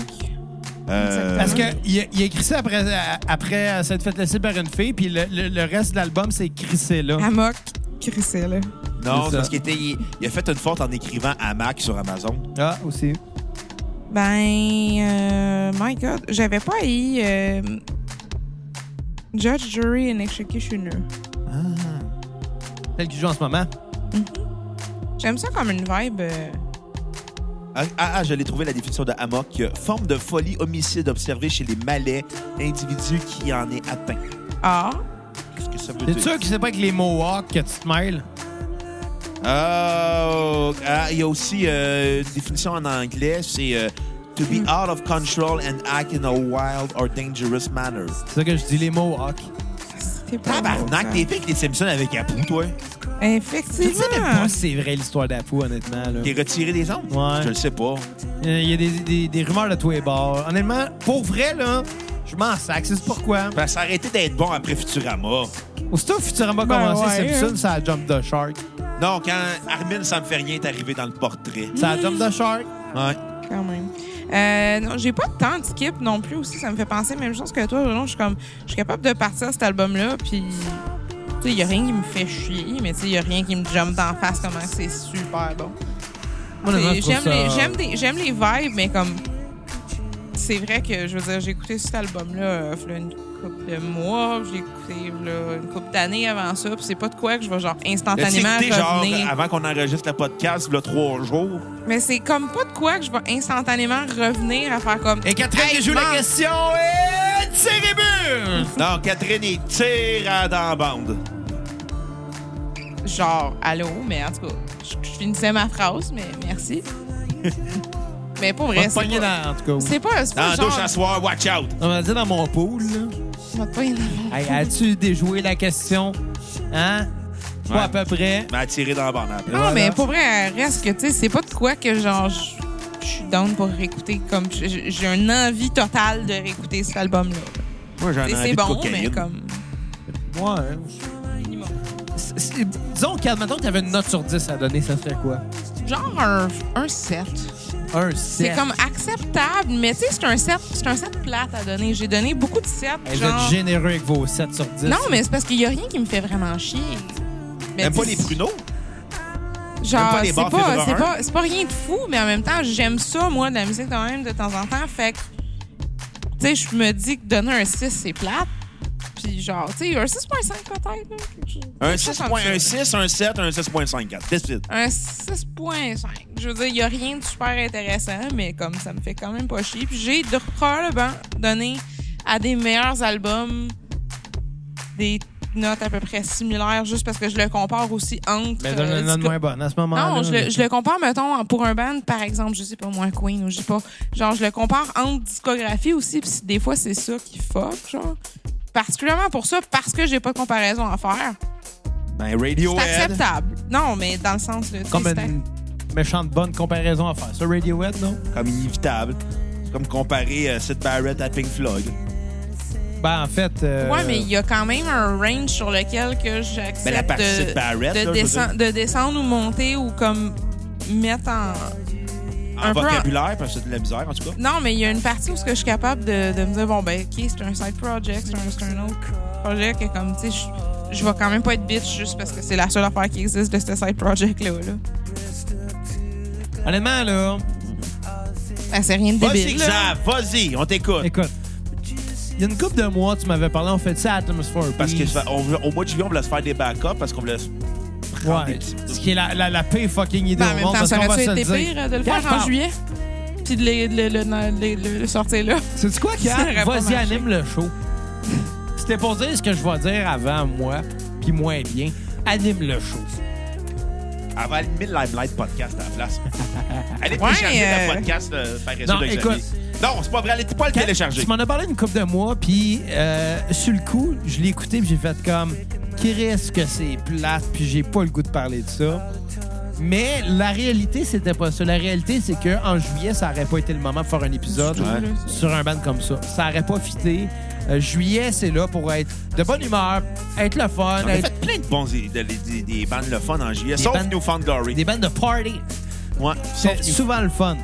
[SPEAKER 3] Euh,
[SPEAKER 1] Parce que il a, il a écrit ça après, après cette fête laissée par une fille, puis le, le- le reste de l'album, c'est crissé
[SPEAKER 3] Ah.
[SPEAKER 1] là.
[SPEAKER 4] Amok, crissé, là.
[SPEAKER 3] Non,
[SPEAKER 1] C'est
[SPEAKER 3] c'est
[SPEAKER 1] ça.
[SPEAKER 3] parce qu'il était- il, il a fait une faute en écrivant Amac sur Amazon.
[SPEAKER 1] Ah, aussi.
[SPEAKER 4] Ben, euh, my God, j'avais pas eu euh, Judge, Jury and Executioner.
[SPEAKER 1] Celle qui joue en ce moment.
[SPEAKER 4] J'aime ça comme une vibe. euh,
[SPEAKER 3] Ah, ah, ah, je l'ai trouvé la définition de Amok. euh, Forme de folie homicide observée chez les Malais, individu qui en est atteint.
[SPEAKER 4] Ah,
[SPEAKER 3] Qu'est-ce que ça veut
[SPEAKER 1] T'es
[SPEAKER 3] dire?
[SPEAKER 1] sûr que c'est pas avec les Mohawks que tu te mêles?
[SPEAKER 3] Oh, ah, il y a aussi euh, une définition en anglais, c'est euh, to be out of control and act in a wild or dangerous manner.
[SPEAKER 1] C'est ça que je dis, les Mohawks.
[SPEAKER 4] c'était pas.
[SPEAKER 3] Tabarnak, t'es pire que les Simpsons avec Apu, toi.
[SPEAKER 1] Je sais même
[SPEAKER 4] Effectivement.
[SPEAKER 1] pas si c'est vrai l'histoire d'Apu, honnêtement. Là.
[SPEAKER 3] T'es retiré des ondes?
[SPEAKER 1] Ouais.
[SPEAKER 3] Je le sais pas.
[SPEAKER 1] Euh, Il y a des, des- des rumeurs de tous les bords. Honnêtement, pour vrai, là, je m'en sac. C'est pourquoi.
[SPEAKER 3] Ben, ça a arrêté d'être bon après Futurama.
[SPEAKER 1] Aussitôt que Futurama a
[SPEAKER 4] Ben
[SPEAKER 1] commencé,
[SPEAKER 4] ouais,
[SPEAKER 1] Simpson,
[SPEAKER 4] hein.
[SPEAKER 1] ça a jump the shark.
[SPEAKER 3] Non, quand hein, Armin, ça me fait rien, t'es arrivé dans le portrait.
[SPEAKER 1] Ça a jump the shark.
[SPEAKER 3] Ouais.
[SPEAKER 4] Quand même. Euh, non, j'ai pas tant de skip non plus aussi. Ça me fait penser même chose que toi, Renaud. Je suis comme, je suis capable de partir à cet album-là, puis tu sais, y a rien qui me fait chier, mais tu sais, y a rien qui me jump d'en face. Comment c'est super bon.
[SPEAKER 1] Moi, honnêtement, je
[SPEAKER 4] C'est-
[SPEAKER 1] trouve
[SPEAKER 4] J'aime
[SPEAKER 1] ça-
[SPEAKER 4] les, j'aime des- j'aime les vibes, mais comme c'est vrai que je veux dire, j'ai écouté cet album-là euh, v'là une couple de mois, j'ai écouté v'là une couple d'années avant ça, puis c'est pas de quoi que je vais genre
[SPEAKER 3] T'as-tu
[SPEAKER 4] instantanément
[SPEAKER 3] écouté, genre,
[SPEAKER 4] revenir.
[SPEAKER 3] euh, avant qu'on enregistre le podcast, le trois jours?
[SPEAKER 4] Mais c'est comme pas de quoi que je vais instantanément revenir à faire comme.
[SPEAKER 1] Et Catherine
[SPEAKER 4] Hey,
[SPEAKER 1] qui joue la
[SPEAKER 4] man.
[SPEAKER 1] question et c'est les bulles!
[SPEAKER 3] Non, Catherine, il tire à dans la bande.
[SPEAKER 4] genre allô, mais en tout cas, je, je finissais ma phrase, mais merci. mais pour
[SPEAKER 1] On va
[SPEAKER 4] vrai,
[SPEAKER 1] te
[SPEAKER 4] c'est
[SPEAKER 1] pogner
[SPEAKER 4] pas,
[SPEAKER 1] dans, en tout cas. oui.
[SPEAKER 4] c'est pas, c'est
[SPEAKER 3] Dans
[SPEAKER 4] pas
[SPEAKER 3] la
[SPEAKER 4] genre.
[SPEAKER 3] douche hein. à soir, watch out!
[SPEAKER 1] On va dire dans mon pool, là.
[SPEAKER 4] Je vais te pogner dans-
[SPEAKER 1] Hey, as-tu déjoué la question? Hein? Pas
[SPEAKER 3] Ouais.
[SPEAKER 1] à peu près.
[SPEAKER 3] Mais tiré dans la bande après.
[SPEAKER 4] Non,
[SPEAKER 1] Voilà.
[SPEAKER 4] mais pour vrai, reste que tu sais, c'est pas de quoi que genre je je suis down pour réécouter comme j'ai j'ai une envie totale de réécouter cet album là.
[SPEAKER 3] Moi, j'en
[SPEAKER 4] Tu
[SPEAKER 3] ai
[SPEAKER 4] sais,
[SPEAKER 3] envie
[SPEAKER 4] C'est
[SPEAKER 3] de
[SPEAKER 4] bon,
[SPEAKER 3] cocaïne.
[SPEAKER 4] mais comme
[SPEAKER 1] Ouais. hein. C'est- c'est- Disons qu'admettons que t'avais une note sur 10 à donner, ça serait quoi?
[SPEAKER 4] genre un, un set.
[SPEAKER 1] Un
[SPEAKER 4] C'est
[SPEAKER 1] 7.
[SPEAKER 4] comme acceptable, mais tu sais, c'est un set, c'est un set plate à donner. J'ai donné beaucoup de sets
[SPEAKER 1] Hey, Vous
[SPEAKER 4] genre
[SPEAKER 1] êtes généreux avec vos 7 sur 10.
[SPEAKER 4] Non, mais c'est parce qu'il y a rien qui me fait vraiment chier. Mais
[SPEAKER 3] Même pas
[SPEAKER 4] tu-
[SPEAKER 3] les pruneaux?
[SPEAKER 4] Genre,
[SPEAKER 3] Même pas les
[SPEAKER 4] c'est
[SPEAKER 3] bars
[SPEAKER 4] pas,
[SPEAKER 3] Fiddler
[SPEAKER 4] c'est
[SPEAKER 3] Heart.
[SPEAKER 4] pas, c'est pas rien de fou, mais en même temps, j'aime ça, moi, de la musique quand même, de temps en temps. Fait que, tu sais, je me dis que donner un 6, c'est plate. Puis genre, tu sais, un 6.5 peut-être. là, quelque chose-
[SPEAKER 3] Un
[SPEAKER 4] quelque chose comme
[SPEAKER 3] 6.1,
[SPEAKER 4] ça.
[SPEAKER 3] un 6, un 7, un 6.54. Décide.
[SPEAKER 4] Un 6.5. Je veux dire, il n'y a rien de super intéressant, mais comme ça me fait quand même pas chier. Puis j'ai de- probablement donné à des meilleurs albums des notes à peu près similaires, juste parce que je le compare aussi entre.
[SPEAKER 1] Mais donne
[SPEAKER 4] euh,
[SPEAKER 1] une note
[SPEAKER 4] Disco-
[SPEAKER 1] moins bonne à ce moment-là.
[SPEAKER 4] non, je le, je le compare, mettons, en- pour un band, par exemple, je sais pas, moi, Queen, ou je sais pas. Genre, je le compare entre discographie aussi, puis c'est- des fois, c'est ça qui fuck, genre. Particulièrement pour ça, parce que j'ai pas de comparaison à faire.
[SPEAKER 3] Ben,
[SPEAKER 4] C'est
[SPEAKER 3] Radiohead.
[SPEAKER 4] acceptable. Non, mais dans le sens, là, tu sais,
[SPEAKER 1] Comme
[SPEAKER 4] c'est
[SPEAKER 1] une méchante bonne comparaison à faire. Ça, Radiohead, non?
[SPEAKER 3] comme inévitable. C'est comme comparer euh, Sid Barrett à Pink Floyd.
[SPEAKER 1] Ben, en fait. euh,
[SPEAKER 4] Ouais, mais il y a quand même un range sur lequel que j'accepte
[SPEAKER 3] Ben, la partie de
[SPEAKER 4] de,
[SPEAKER 3] Barrett,
[SPEAKER 4] de
[SPEAKER 3] là, je veux
[SPEAKER 4] descend- de descendre ou monter ou comme mettre en...
[SPEAKER 3] En
[SPEAKER 4] Un peu en-
[SPEAKER 3] vocabulaire, parce que c'est de la misère, en tout cas.
[SPEAKER 4] Non, mais il y a une partie où ce que je suis capable de, de me dire, bon, ben, OK, c'est un side project, c'est un, c'est un autre projet que, comme, tu sais, je- je vais quand même pas être bitch juste parce que c'est la seule affaire qui existe de ce side project-là. là.
[SPEAKER 1] Honnêtement, là.
[SPEAKER 4] Ben, c'est rien de
[SPEAKER 5] Vas-y,
[SPEAKER 4] débile. là.
[SPEAKER 5] Xav, vas-y, on t'écoute.
[SPEAKER 1] Écoute, il y a une couple de mois, tu m'avais parlé, on fait ça à Atmosphere.
[SPEAKER 3] Parce que
[SPEAKER 1] Peace.
[SPEAKER 3] ça- on veut- au mois de juillet, on voulait se faire des backups parce qu'on voulait se prendre
[SPEAKER 1] Ouais.
[SPEAKER 3] des petits-
[SPEAKER 1] Ce qui est la, la, la pire fucking idée
[SPEAKER 4] Ben, en
[SPEAKER 1] au
[SPEAKER 4] même
[SPEAKER 1] monde.
[SPEAKER 4] temps,
[SPEAKER 1] parce
[SPEAKER 4] ça
[SPEAKER 1] qu'on va
[SPEAKER 4] aurait
[SPEAKER 1] se le
[SPEAKER 4] été
[SPEAKER 1] dire.
[SPEAKER 4] pire euh, de le
[SPEAKER 1] Gaffe,
[SPEAKER 4] faire en
[SPEAKER 1] parle.
[SPEAKER 4] juillet. Puis de le, le, le- le- le- le sortir là.
[SPEAKER 1] C'est
[SPEAKER 4] (laughs)
[SPEAKER 1] quoi,
[SPEAKER 4] Ça
[SPEAKER 1] Kat?
[SPEAKER 4] aurait pas
[SPEAKER 1] Vas-y,
[SPEAKER 4] marché.
[SPEAKER 1] anime le show. C'était pour dire ce que je vais dire avant moi, puis moins bien. Anime le show.
[SPEAKER 3] Avant le mille Limelight Podcast à la
[SPEAKER 1] (laughs)
[SPEAKER 3] place. Allez
[SPEAKER 4] Ouais,
[SPEAKER 3] télécharger
[SPEAKER 4] euh,
[SPEAKER 3] le podcast euh, par réseau
[SPEAKER 1] Non,
[SPEAKER 3] de Xavier.
[SPEAKER 1] écoute.
[SPEAKER 3] Non, c'est pas vrai, allez pas le
[SPEAKER 1] Kat,
[SPEAKER 3] télécharger.
[SPEAKER 1] Tu m'en as parlé une couple de mois, puis euh, sur le coup, je l'ai écouté, puis j'ai fait comme, qu'est-ce que c'est plate, puis j'ai pas le goût de parler de ça. Mais la réalité, c'était pas ça. La réalité, c'est que en juillet, ça aurait pas été le moment de faire un épisode
[SPEAKER 3] Ouais.
[SPEAKER 1] sur un band comme ça. Ça aurait pas fité. Euh, juillet, c'est là pour être de bonne humeur, être le fun,
[SPEAKER 3] On a
[SPEAKER 1] être
[SPEAKER 3] fait plein de bons des, des, des, des bandes le fun en juillet,
[SPEAKER 1] Des
[SPEAKER 3] sauf
[SPEAKER 1] bandes-
[SPEAKER 3] Newfound Glory.
[SPEAKER 1] des bandes de party.
[SPEAKER 3] Ouais, sauf
[SPEAKER 1] C'est
[SPEAKER 3] New-
[SPEAKER 1] souvent le fun.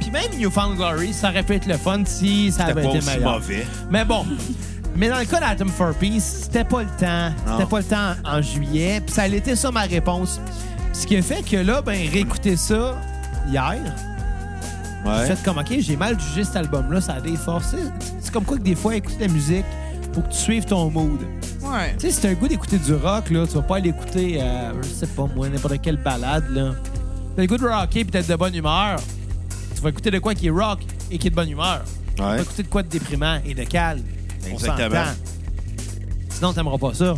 [SPEAKER 1] Puis même Newfound Glory, ça aurait pu être le fun si ça
[SPEAKER 3] C'était
[SPEAKER 1] avait
[SPEAKER 3] pas
[SPEAKER 1] été
[SPEAKER 3] aussi
[SPEAKER 1] meilleur.
[SPEAKER 3] mauvais.
[SPEAKER 1] Mais bon. Mais dans le cas d'Atom for Peace, c'était pas le temps.
[SPEAKER 3] Non.
[SPEAKER 1] C'était pas le temps en juillet. Puis ça a été ça ma réponse. Ce qui a fait que là, ben, réécouter ça hier, j'ai fait comme, OK, j'ai mal jugé cet album-là, ça a des forces. C'est- C'est comme quoi que des fois, écouter de la musique, faut que tu suives ton mood.
[SPEAKER 4] Ouais.
[SPEAKER 1] Tu sais, si t'as un goût d'écouter du rock, là, tu vas pas aller écouter, euh, je sais pas moi, n'importe quelle balade, là. T'as le goût de rocker pis d'être de bonne humeur. Tu vas écouter de quoi qui est rock et qui est de bonne humeur. Tu vas écouter de quoi de déprimant et de calme. On
[SPEAKER 3] Exactement.
[SPEAKER 1] s'entend. Sinon, t'aimeras pas ça.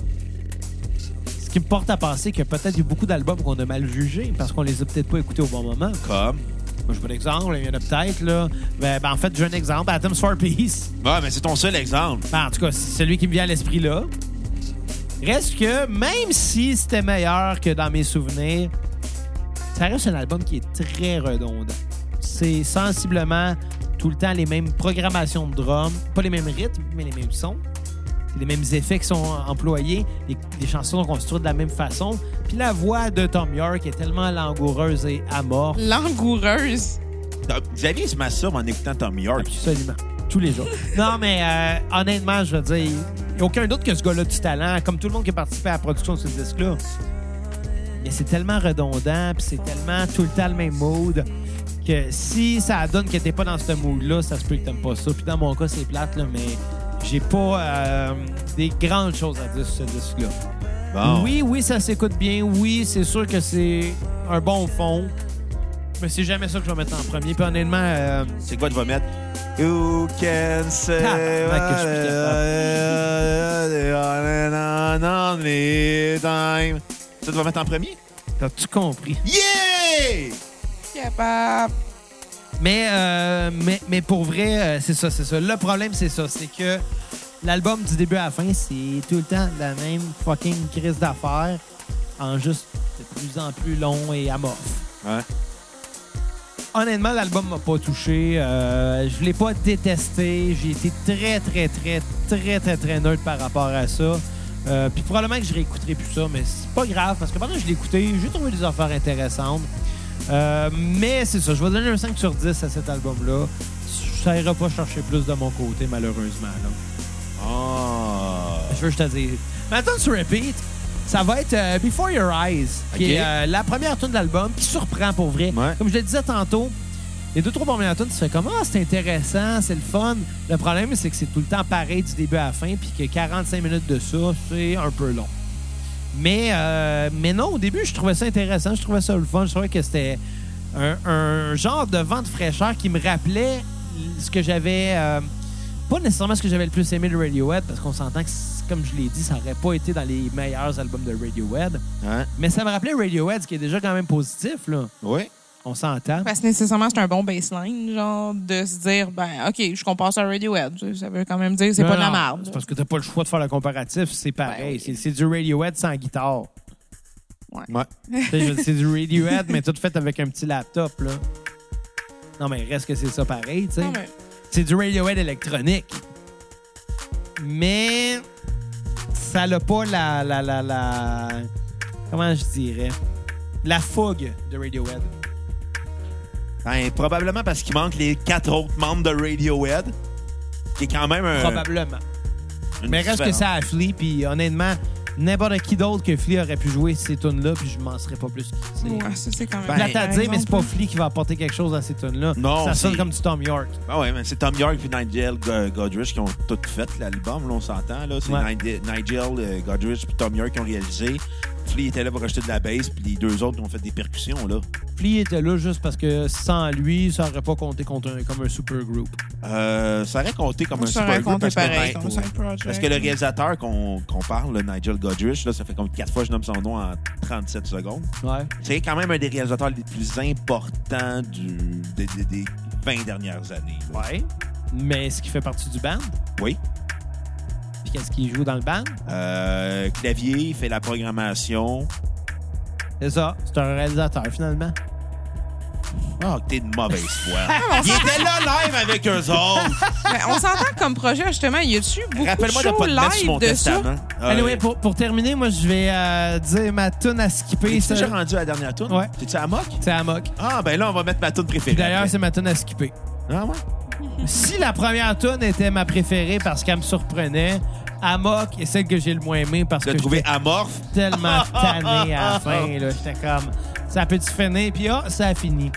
[SPEAKER 1] Ce qui me porte à penser que peut-être il y a beaucoup d'albums qu'on a mal jugés parce qu'on les a peut-être pas écoutés au bon moment.
[SPEAKER 3] Comme.
[SPEAKER 1] Moi, je veux l'exemple, il y en a peut-être, là. Ben, ben, en fait, j'ai un exemple, Atoms for Peace.
[SPEAKER 3] Ouais, mais c'est ton seul exemple.
[SPEAKER 1] Ben, en tout cas, c'est celui qui me vient à l'esprit là. Reste que, même si c'était meilleur que dans mes souvenirs, ça reste un album qui est très redondant. C'est sensiblement tout le temps les mêmes programmations de drums, pas les mêmes rythmes, mais les mêmes sons. Les mêmes effets qui sont employés, les, les chansons sont construites de la même façon. Puis la voix de Tom York est tellement langoureuse et amorphe.
[SPEAKER 4] Langoureuse.
[SPEAKER 3] Non, Xavier se masturbe en écoutant Tom
[SPEAKER 1] Ah,
[SPEAKER 3] York.
[SPEAKER 1] Absolument. Tous les jours. non, mais euh, honnêtement, je veux dire, il n'y a aucun doute que ce gars-là a du talent, comme tout le monde qui a participé à la production de ce disque-là. Mais c'est tellement redondant, puis c'est tellement tout le temps le même mood que si ça donne que t'es pas dans ce mood-là, ça se peut que t'aimes pas ça. Puis dans mon cas, c'est plate, là, mais j'ai pas euh, des grandes choses à dire sur ce disque-là.
[SPEAKER 3] Bon.
[SPEAKER 1] Oui, oui, ça s'écoute bien. Oui, c'est sûr que c'est un bon fond. Mais c'est jamais ça que je vais mettre en premier. Puis honnêtement, euh,
[SPEAKER 3] C'est quoi tu vas mettre? You can say
[SPEAKER 1] Tabarnak, Ah, ben, que je suis
[SPEAKER 3] (laughs) on the time. Ça, tu vas mettre en premier?
[SPEAKER 1] t'as-tu compris?
[SPEAKER 3] Yeah!
[SPEAKER 4] Capable.
[SPEAKER 1] Mais, euh, mais, mais pour vrai, euh, c'est ça, c'est ça. Le problème, c'est ça. C'est que l'album du début à la fin, c'est tout le temps la même fucking crise d'affaires en juste de plus en plus long et amorphe.
[SPEAKER 3] Ouais.
[SPEAKER 1] Honnêtement, l'album m'a pas touché. Euh, je l'ai pas détesté. J'ai été très, très, très, très, très, très neutre par rapport à ça. Euh, Puis probablement que je réécouterai plus ça, mais c'est pas grave parce que pendant que je l'ai écouté, j'ai trouvé des affaires intéressantes. Euh, mais c'est ça, je vais donner un 5 sur 10 à cet album-là. Ça ira pas chercher plus de mon côté, malheureusement. là.
[SPEAKER 3] Ah.
[SPEAKER 1] Je veux que je te dire. Maintenant, sur Repeat, ça va être euh, Before Your Eyes, qui
[SPEAKER 3] Ok.
[SPEAKER 1] est euh, la première tune de l'album, qui surprend pour vrai.
[SPEAKER 3] Ouais.
[SPEAKER 1] Comme je le disais tantôt, les deux, trois premières tunes, tu fais comme « Ah, c'est intéressant, c'est le fun ». Le problème, c'est que c'est tout le temps pareil du début à la fin, puis que 45 minutes de ça, c'est un peu long. Mais, euh, mais non, au début, je trouvais ça intéressant, je trouvais ça le fun, je trouvais que c'était un, un genre de vent de fraîcheur qui me rappelait ce que j'avais... euh, pas nécessairement ce que j'avais le plus aimé de Radiohead, parce qu'on s'entend que, c'est- comme je l'ai dit, ça aurait pas été dans les meilleurs albums de Radiohead.
[SPEAKER 3] Hein?
[SPEAKER 1] Mais ça me rappelait Radiohead, ce qui est déjà quand même positif, là.
[SPEAKER 3] Oui?
[SPEAKER 1] On s'entend.
[SPEAKER 4] Parce que nécessairement, c'est un bon baseline, genre, de se dire, ben, OK, je compare ça à Radiohead. Tu sais, Ça veut quand même dire, que c'est
[SPEAKER 1] Non,
[SPEAKER 4] pas de la
[SPEAKER 1] non,
[SPEAKER 4] merde.
[SPEAKER 1] C'est parce que t'as pas le choix de faire le comparatif, c'est pareil.
[SPEAKER 4] Ben oui.
[SPEAKER 1] C'est- C'est du Radiohead sans
[SPEAKER 4] (laughs)
[SPEAKER 1] guitare.
[SPEAKER 3] Ouais.
[SPEAKER 1] Tu sais, je- c'est du Radiohead, mais tout fait avec un petit laptop, là. Non, mais reste que c'est ça pareil, tu sais.
[SPEAKER 4] Non, mais-
[SPEAKER 1] C'est du Radiohead électronique. Mais ça n'a pas la, la, la, la... Comment je dirais? La fougue de Radiohead.
[SPEAKER 3] Ben, probablement parce qu'il manque les quatre autres membres de Radiohead, qui est quand même un.
[SPEAKER 1] Probablement.
[SPEAKER 3] une
[SPEAKER 1] Mais reste que
[SPEAKER 3] différence.
[SPEAKER 1] ça afflie, puis honnêtement, n'importe qui d'autre que Flea aurait pu jouer ces tunes-là, puis je m'en serais pas plus. C'est
[SPEAKER 4] Ouais, ça, c'est quand même.
[SPEAKER 3] Ben,
[SPEAKER 1] plate à
[SPEAKER 4] par
[SPEAKER 1] dire, mais c'est
[SPEAKER 4] exemple.
[SPEAKER 1] pas Flea qui va apporter quelque chose à ces tunes-là.
[SPEAKER 3] Non,
[SPEAKER 1] Ça sonne
[SPEAKER 3] c'est-
[SPEAKER 1] comme du Tom York.
[SPEAKER 3] Ah ouais, mais c'est Tom York et Nigel Go- Godrich qui ont tout fait l'album, là, on s'entend. là. C'est
[SPEAKER 1] Ouais.
[SPEAKER 3] Nigel, Nigel, euh, Godrich et Tom York qui ont réalisé. Flea était là pour acheter de la bass, puis les deux autres ont fait des percussions. là.
[SPEAKER 1] Flea était là juste parce que sans lui, ça aurait pas compté contre un- comme un super group.
[SPEAKER 3] Euh, ça aurait compté comme un
[SPEAKER 4] Ça
[SPEAKER 3] super
[SPEAKER 4] aurait
[SPEAKER 3] groupe
[SPEAKER 4] compté
[SPEAKER 3] parce, que
[SPEAKER 4] pareil,
[SPEAKER 3] Ni-
[SPEAKER 4] comme side project.
[SPEAKER 3] parce que le réalisateur qu'on qu'on parle, le Nigel Godrich, là, ça fait comme quatre fois que je nomme son nom en 37 secondes.
[SPEAKER 1] Ouais.
[SPEAKER 3] C'est quand même un des réalisateurs les plus importants du, des, des- des 20 dernières années. là.
[SPEAKER 1] Ouais. Mais ce qui fait partie du band,
[SPEAKER 3] Oui.
[SPEAKER 1] puis qu'est-ce qu'il joue dans le band?
[SPEAKER 3] Euh, clavier, il fait la programmation.
[SPEAKER 1] C'est ça. C'est un réalisateur, finalement.
[SPEAKER 3] Ah, t'es de mauvaise
[SPEAKER 1] (laughs)
[SPEAKER 3] foi.
[SPEAKER 1] Ah,
[SPEAKER 3] Il était là live avec eux autres.
[SPEAKER 4] Ben, on s'entend comme projet, justement. Y a-tu beaucoup de
[SPEAKER 3] Rappelle-moi de
[SPEAKER 4] shows
[SPEAKER 3] pas te mettre sur mon
[SPEAKER 4] live de ça?
[SPEAKER 3] testament. Euh,
[SPEAKER 1] Anyway, pour, pour terminer, moi, je vais euh, dire ma tune à skipper.
[SPEAKER 3] t'es-tu
[SPEAKER 1] ça-
[SPEAKER 3] déjà rendu à la dernière tourne?
[SPEAKER 1] Ouais.
[SPEAKER 3] T'es-tu à mock?
[SPEAKER 1] C'est Amok.
[SPEAKER 3] Ah, ben là, on va mettre ma tourne préférée.
[SPEAKER 1] Puis D'ailleurs,
[SPEAKER 3] après.
[SPEAKER 1] c'est ma tune à skipper.
[SPEAKER 3] Ah, ouais?
[SPEAKER 1] Si la première tune était ma préférée parce qu'elle me surprenait, Amok est celle que j'ai le moins aimée parce
[SPEAKER 3] De
[SPEAKER 1] que
[SPEAKER 3] trouver amorphe.
[SPEAKER 1] j'étais tellement tanné à la fin. là. J'étais comme, ça peut-tu finir? Puis ah, ça a fini.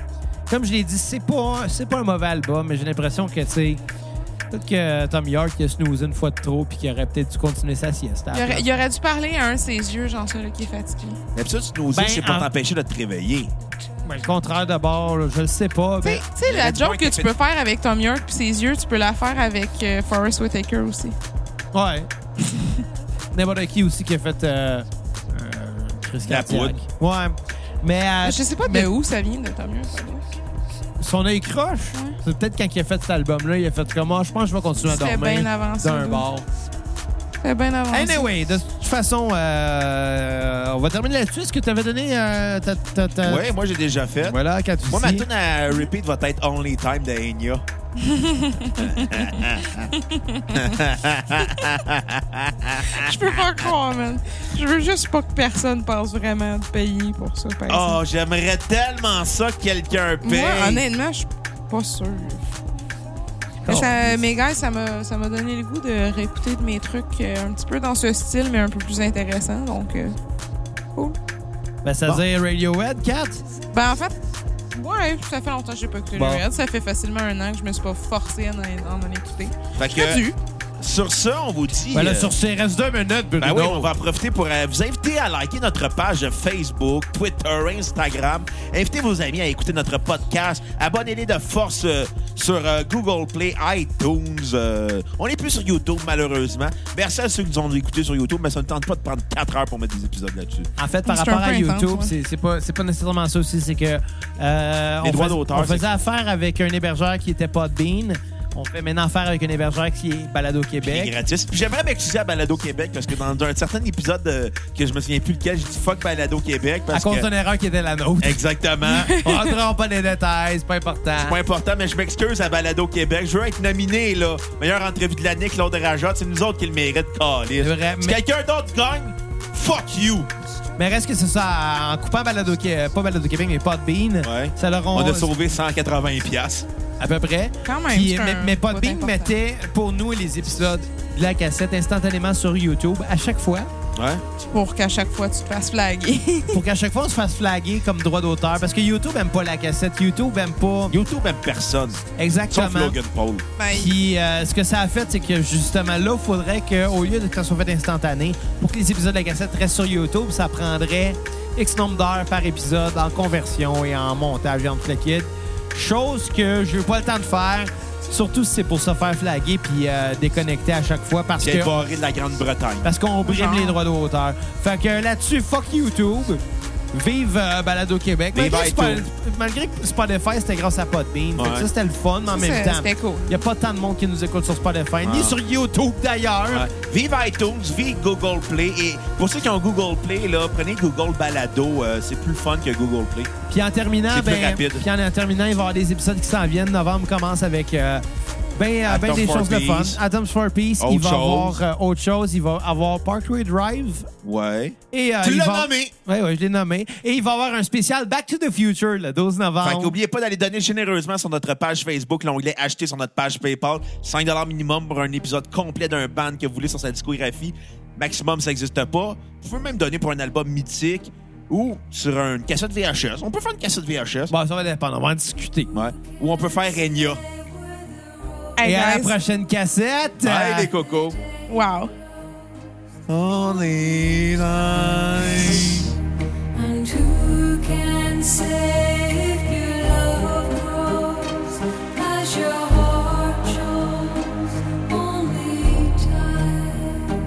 [SPEAKER 1] Comme je l'ai dit, c'est pas, c'est pas un mauvais album, mais j'ai l'impression que, tu sais, peut-être que Tom York il a snoozé une fois de trop puis qu'il aurait peut-être dû continuer sa sieste. à la
[SPEAKER 4] Il aurait,
[SPEAKER 1] place.
[SPEAKER 4] il aurait dû parler à un de ses yeux, genre ça, là, qui est fatigué.
[SPEAKER 3] L'absurde nausée,
[SPEAKER 1] Ben,
[SPEAKER 3] c'est pour
[SPEAKER 1] en-
[SPEAKER 3] t'empêcher de te réveiller.
[SPEAKER 1] Ben, le contraire d'abord, là, je le sais pas.
[SPEAKER 4] Tu sais-
[SPEAKER 1] mais-
[SPEAKER 4] tu sais, la
[SPEAKER 3] aurait dû voir
[SPEAKER 4] joke que
[SPEAKER 3] qu'il
[SPEAKER 4] tu
[SPEAKER 3] fait-
[SPEAKER 4] peux faire avec Tom York puis ses yeux, tu peux la faire avec euh, Forrest Whitaker aussi.
[SPEAKER 1] Ouais.
[SPEAKER 4] (laughs)
[SPEAKER 1] N'importe qui aussi qui a fait euh, euh, Chris
[SPEAKER 3] La
[SPEAKER 1] cardiaque. Ouais. Mais
[SPEAKER 3] Ah,
[SPEAKER 1] euh,
[SPEAKER 4] Je sais pas de
[SPEAKER 1] mais
[SPEAKER 4] où ça vient de Tom York. par contre.
[SPEAKER 1] son œil croche, c'est peut-être quand il a fait cet album-là, il a fait comme moi, je pense que je vais continuer à
[SPEAKER 4] C'était
[SPEAKER 1] dormir
[SPEAKER 4] bien avant ça,
[SPEAKER 1] d'un
[SPEAKER 4] là. Ah,
[SPEAKER 1] bar.
[SPEAKER 4] C'est bien avant.
[SPEAKER 1] Anyway, de toute façon, euh, on va terminer là-dessus. Est-ce que tu avais donné euh, ta, ta- ta-
[SPEAKER 3] Ouais, moi, j'ai déjà fait.
[SPEAKER 1] Voilà, quand tu
[SPEAKER 3] Moi, ma tune à repeat va être Only Time de Enya.
[SPEAKER 4] ça. Je peux pas croire, man. Je veux juste pas que personne pense vraiment de payer pour ça,
[SPEAKER 1] Ben,
[SPEAKER 4] par
[SPEAKER 3] Oh,
[SPEAKER 4] exemple.
[SPEAKER 3] j'aimerais tellement ça que quelqu'un paye.
[SPEAKER 4] Moi, honnêtement, je suis pas sûre. Mais, ça, mais guys, ça m'a ça m'a donné le goût de réécouter de mes trucs euh, un petit peu dans ce style, mais un peu plus intéressant. Donc, euh, cool.
[SPEAKER 1] Ben, ça
[SPEAKER 3] Bon.
[SPEAKER 1] disait Radiohead, Kat.
[SPEAKER 4] Ben, en fait, ouais, ça fait longtemps que j'ai pas écouté
[SPEAKER 1] Bon.
[SPEAKER 4] le Red. Ça fait facilement un an que je me suis pas forcée à en, en, en écouter.
[SPEAKER 3] Fait
[SPEAKER 4] J'ai
[SPEAKER 1] Euh,
[SPEAKER 3] que,
[SPEAKER 4] dû.
[SPEAKER 3] sur ça, on vous dit...
[SPEAKER 1] Ben là,
[SPEAKER 3] euh,
[SPEAKER 1] sur ces restes deux minutes, Bruno.
[SPEAKER 3] Ben oui, on va en profiter pour euh, vous inviter à liker notre page de Facebook, Twitter, Instagram. Invitez vos amis à écouter notre podcast. Abonnez-les de force euh, sur euh, Google Play, iTunes. euh, on n'est plus sur YouTube, malheureusement. Merci à ceux qui nous ont écoutés sur YouTube, mais ça ne tente pas de prendre 4 heures pour mettre des épisodes là-dessus.
[SPEAKER 1] En fait, par
[SPEAKER 4] C'est un
[SPEAKER 1] rapport
[SPEAKER 4] peu
[SPEAKER 1] à
[SPEAKER 4] intense,
[SPEAKER 1] YouTube,
[SPEAKER 4] ouais.
[SPEAKER 1] c'est c'est pas, c'est pas nécessairement ça aussi. C'est que euh,
[SPEAKER 3] Les
[SPEAKER 1] on,
[SPEAKER 3] droits
[SPEAKER 1] fais-
[SPEAKER 3] d'auteur,
[SPEAKER 1] on
[SPEAKER 3] c'est-
[SPEAKER 1] faisait affaire avec un hébergeur qui était pas Bean. On fait maintenant affaire avec un hébergeur qui est Balado
[SPEAKER 3] C'est
[SPEAKER 1] Québec.
[SPEAKER 3] gratis. Puis J'aimerais m'excuser à Balado Québec parce que dans un certain épisode euh, que je me souviens plus lequel, j'ai dit fuck Balado Québec
[SPEAKER 1] À
[SPEAKER 3] parce
[SPEAKER 1] cause
[SPEAKER 3] que-
[SPEAKER 1] d'une erreur qui était la nôtre.
[SPEAKER 3] Exactement.
[SPEAKER 1] on rentrera pas les détails, c'est pas important.
[SPEAKER 3] Pas important, mais je m'excuse à Balado Québec. Je veux être nominé, là. Meilleure entrevue de l'année, Claude Rajotte. C'est nous autres qui le mérite, Calis.
[SPEAKER 1] C'est vrai,
[SPEAKER 3] Si
[SPEAKER 1] mais-
[SPEAKER 3] quelqu'un d'autre gagne, fuck you.
[SPEAKER 1] Mais reste que c'est ça, en coupant Balado Québec, pas Balado Québec, mais Podbean,
[SPEAKER 3] Ouais.
[SPEAKER 1] ça leur
[SPEAKER 3] On a sauvé 180 piastres.
[SPEAKER 1] à peu près.
[SPEAKER 4] Quand même,
[SPEAKER 1] Puis,
[SPEAKER 4] c'est
[SPEAKER 1] mais,
[SPEAKER 4] un
[SPEAKER 1] mais
[SPEAKER 4] bout
[SPEAKER 1] Podbean
[SPEAKER 4] important.
[SPEAKER 1] mettait pour nous les épisodes de la cassette instantanément sur YouTube à chaque
[SPEAKER 4] (laughs)
[SPEAKER 1] fois.
[SPEAKER 3] Ouais.
[SPEAKER 4] Pour qu'à chaque fois, tu te fasses flaguer. (laughs)
[SPEAKER 1] pour qu'à chaque fois on se fasse flaguer comme droit d'auteur parce que YouTube aime pas la cassette, YouTube aime pas
[SPEAKER 3] YouTube même personne. Sauf
[SPEAKER 1] exactement.
[SPEAKER 3] Logan Paul.
[SPEAKER 4] ben,
[SPEAKER 1] Puis euh, ce que ça a fait, c'est que justement là, il faudrait qu'au lieu de que ça soit fait instantané, pour que les épisodes de la cassette restent sur YouTube, ça prendrait X nombre d'heures par épisode en conversion et en montage et en tout le kit. Chose que je n'ai pas le temps de faire, surtout si c'est pour se faire flaguer puis euh, déconnecter à chaque fois parce
[SPEAKER 3] Qui est
[SPEAKER 1] que
[SPEAKER 3] barré de la Grande-Bretagne.
[SPEAKER 1] parce qu'on brime
[SPEAKER 4] Genre.
[SPEAKER 1] les droits d'auteur. Fait que là-dessus, fuck YouTube. Vive euh, Balado Québec.
[SPEAKER 3] Vive
[SPEAKER 1] Malgré,
[SPEAKER 3] iTunes.
[SPEAKER 1] Spo- malgré que Spotify, c'était grâce à Podbean. Fait que
[SPEAKER 3] Ouais.
[SPEAKER 1] ça, c'était le fun, mais en
[SPEAKER 4] ça,
[SPEAKER 1] même temps.
[SPEAKER 4] c'était cool.
[SPEAKER 1] Il n'y a pas tant de monde qui nous écoute sur Spotify, ni
[SPEAKER 3] Ah.
[SPEAKER 1] sur YouTube d'ailleurs.
[SPEAKER 3] Ouais. Vive iTunes, vive Google Play. Et pour ceux qui ont Google Play, là, prenez Google Balado. Euh, c'est plus fun que Google Play.
[SPEAKER 1] Puis en terminant,
[SPEAKER 3] C'est plus
[SPEAKER 1] ben,
[SPEAKER 3] rapide.
[SPEAKER 1] puis en, en terminant, il va y avoir des épisodes qui s'en viennent. Novembre commence avec euh, Ben, euh, ben
[SPEAKER 3] Atoms
[SPEAKER 1] des
[SPEAKER 3] for
[SPEAKER 1] choses de fun.
[SPEAKER 3] Peace.
[SPEAKER 1] Atoms for Peace, il
[SPEAKER 3] Autre
[SPEAKER 1] va
[SPEAKER 3] chose.
[SPEAKER 1] avoir euh, autre chose. Il va avoir Parkway Drive.
[SPEAKER 3] Ouais.
[SPEAKER 1] Et, euh,
[SPEAKER 3] Tu
[SPEAKER 1] il
[SPEAKER 3] l'as
[SPEAKER 1] va-
[SPEAKER 3] nommé.
[SPEAKER 1] Oui, oui, je l'ai nommé. Et il va avoir un spécial Back to the Future le 12 novembre.
[SPEAKER 3] Fait qu'oubliez pas d'aller donner généreusement sur notre page Facebook, l'onglet Acheter sur notre page PayPal. 5 minimum pour un épisode complet d'un band que vous voulez sur sa discographie. Maximum, ça n'existe pas. Vous pouvez même donner pour un album mythique ou sur une cassette VHS. On peut faire une cassette VHS.
[SPEAKER 1] Bon, ça va dépendre. On va en discuter.
[SPEAKER 3] Ouais. Ou on peut faire Renya.
[SPEAKER 4] Hey,
[SPEAKER 1] Et à la
[SPEAKER 4] guys.
[SPEAKER 1] prochaine cassette.
[SPEAKER 3] Hey,
[SPEAKER 1] euh,
[SPEAKER 3] les cocos.
[SPEAKER 4] Wow.
[SPEAKER 3] On est
[SPEAKER 5] And who can say if your love grows as your heart shows only time?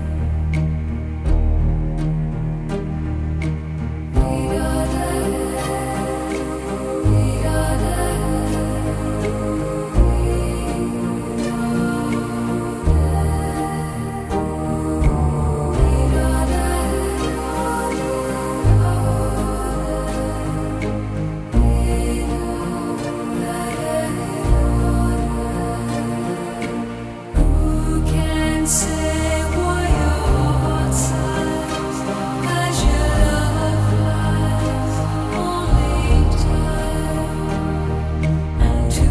[SPEAKER 5] We got it, we got it, we Who can say why your heart sighs as your love flies only time? And who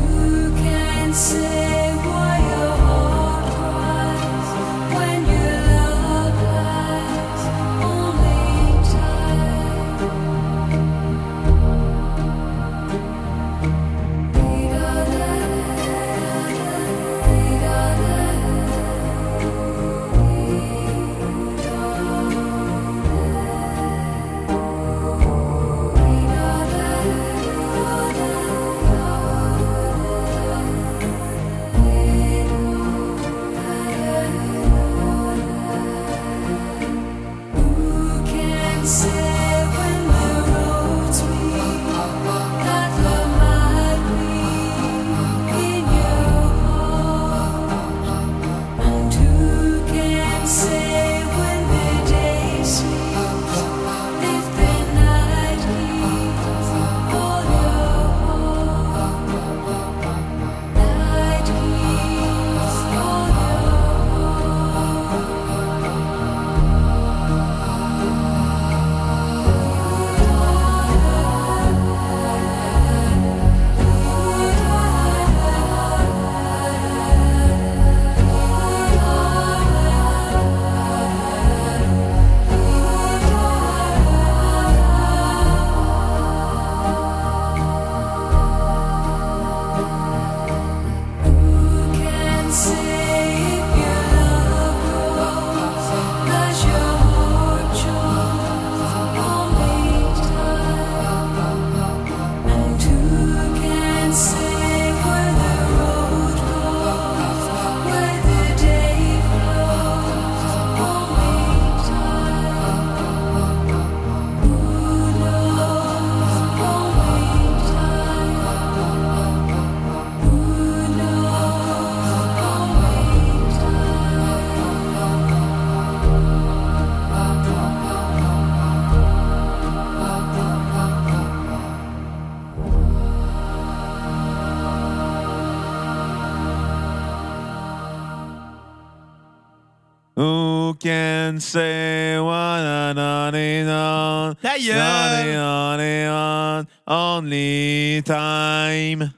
[SPEAKER 5] can say why your heart cries when your love lies only time? We got we got it. Who can say when the roads meet that love might be in your heart? And who can say when the day sleeps if the night keeps all your heart? Night keeps all your Can say if your love grows as your heart shows only time. And who can say where the road goes, where the day flows only time? Who knows only time? Who knows?
[SPEAKER 3] Who can say what an on and on?
[SPEAKER 1] Ta gueule!
[SPEAKER 3] On and on and on, only time.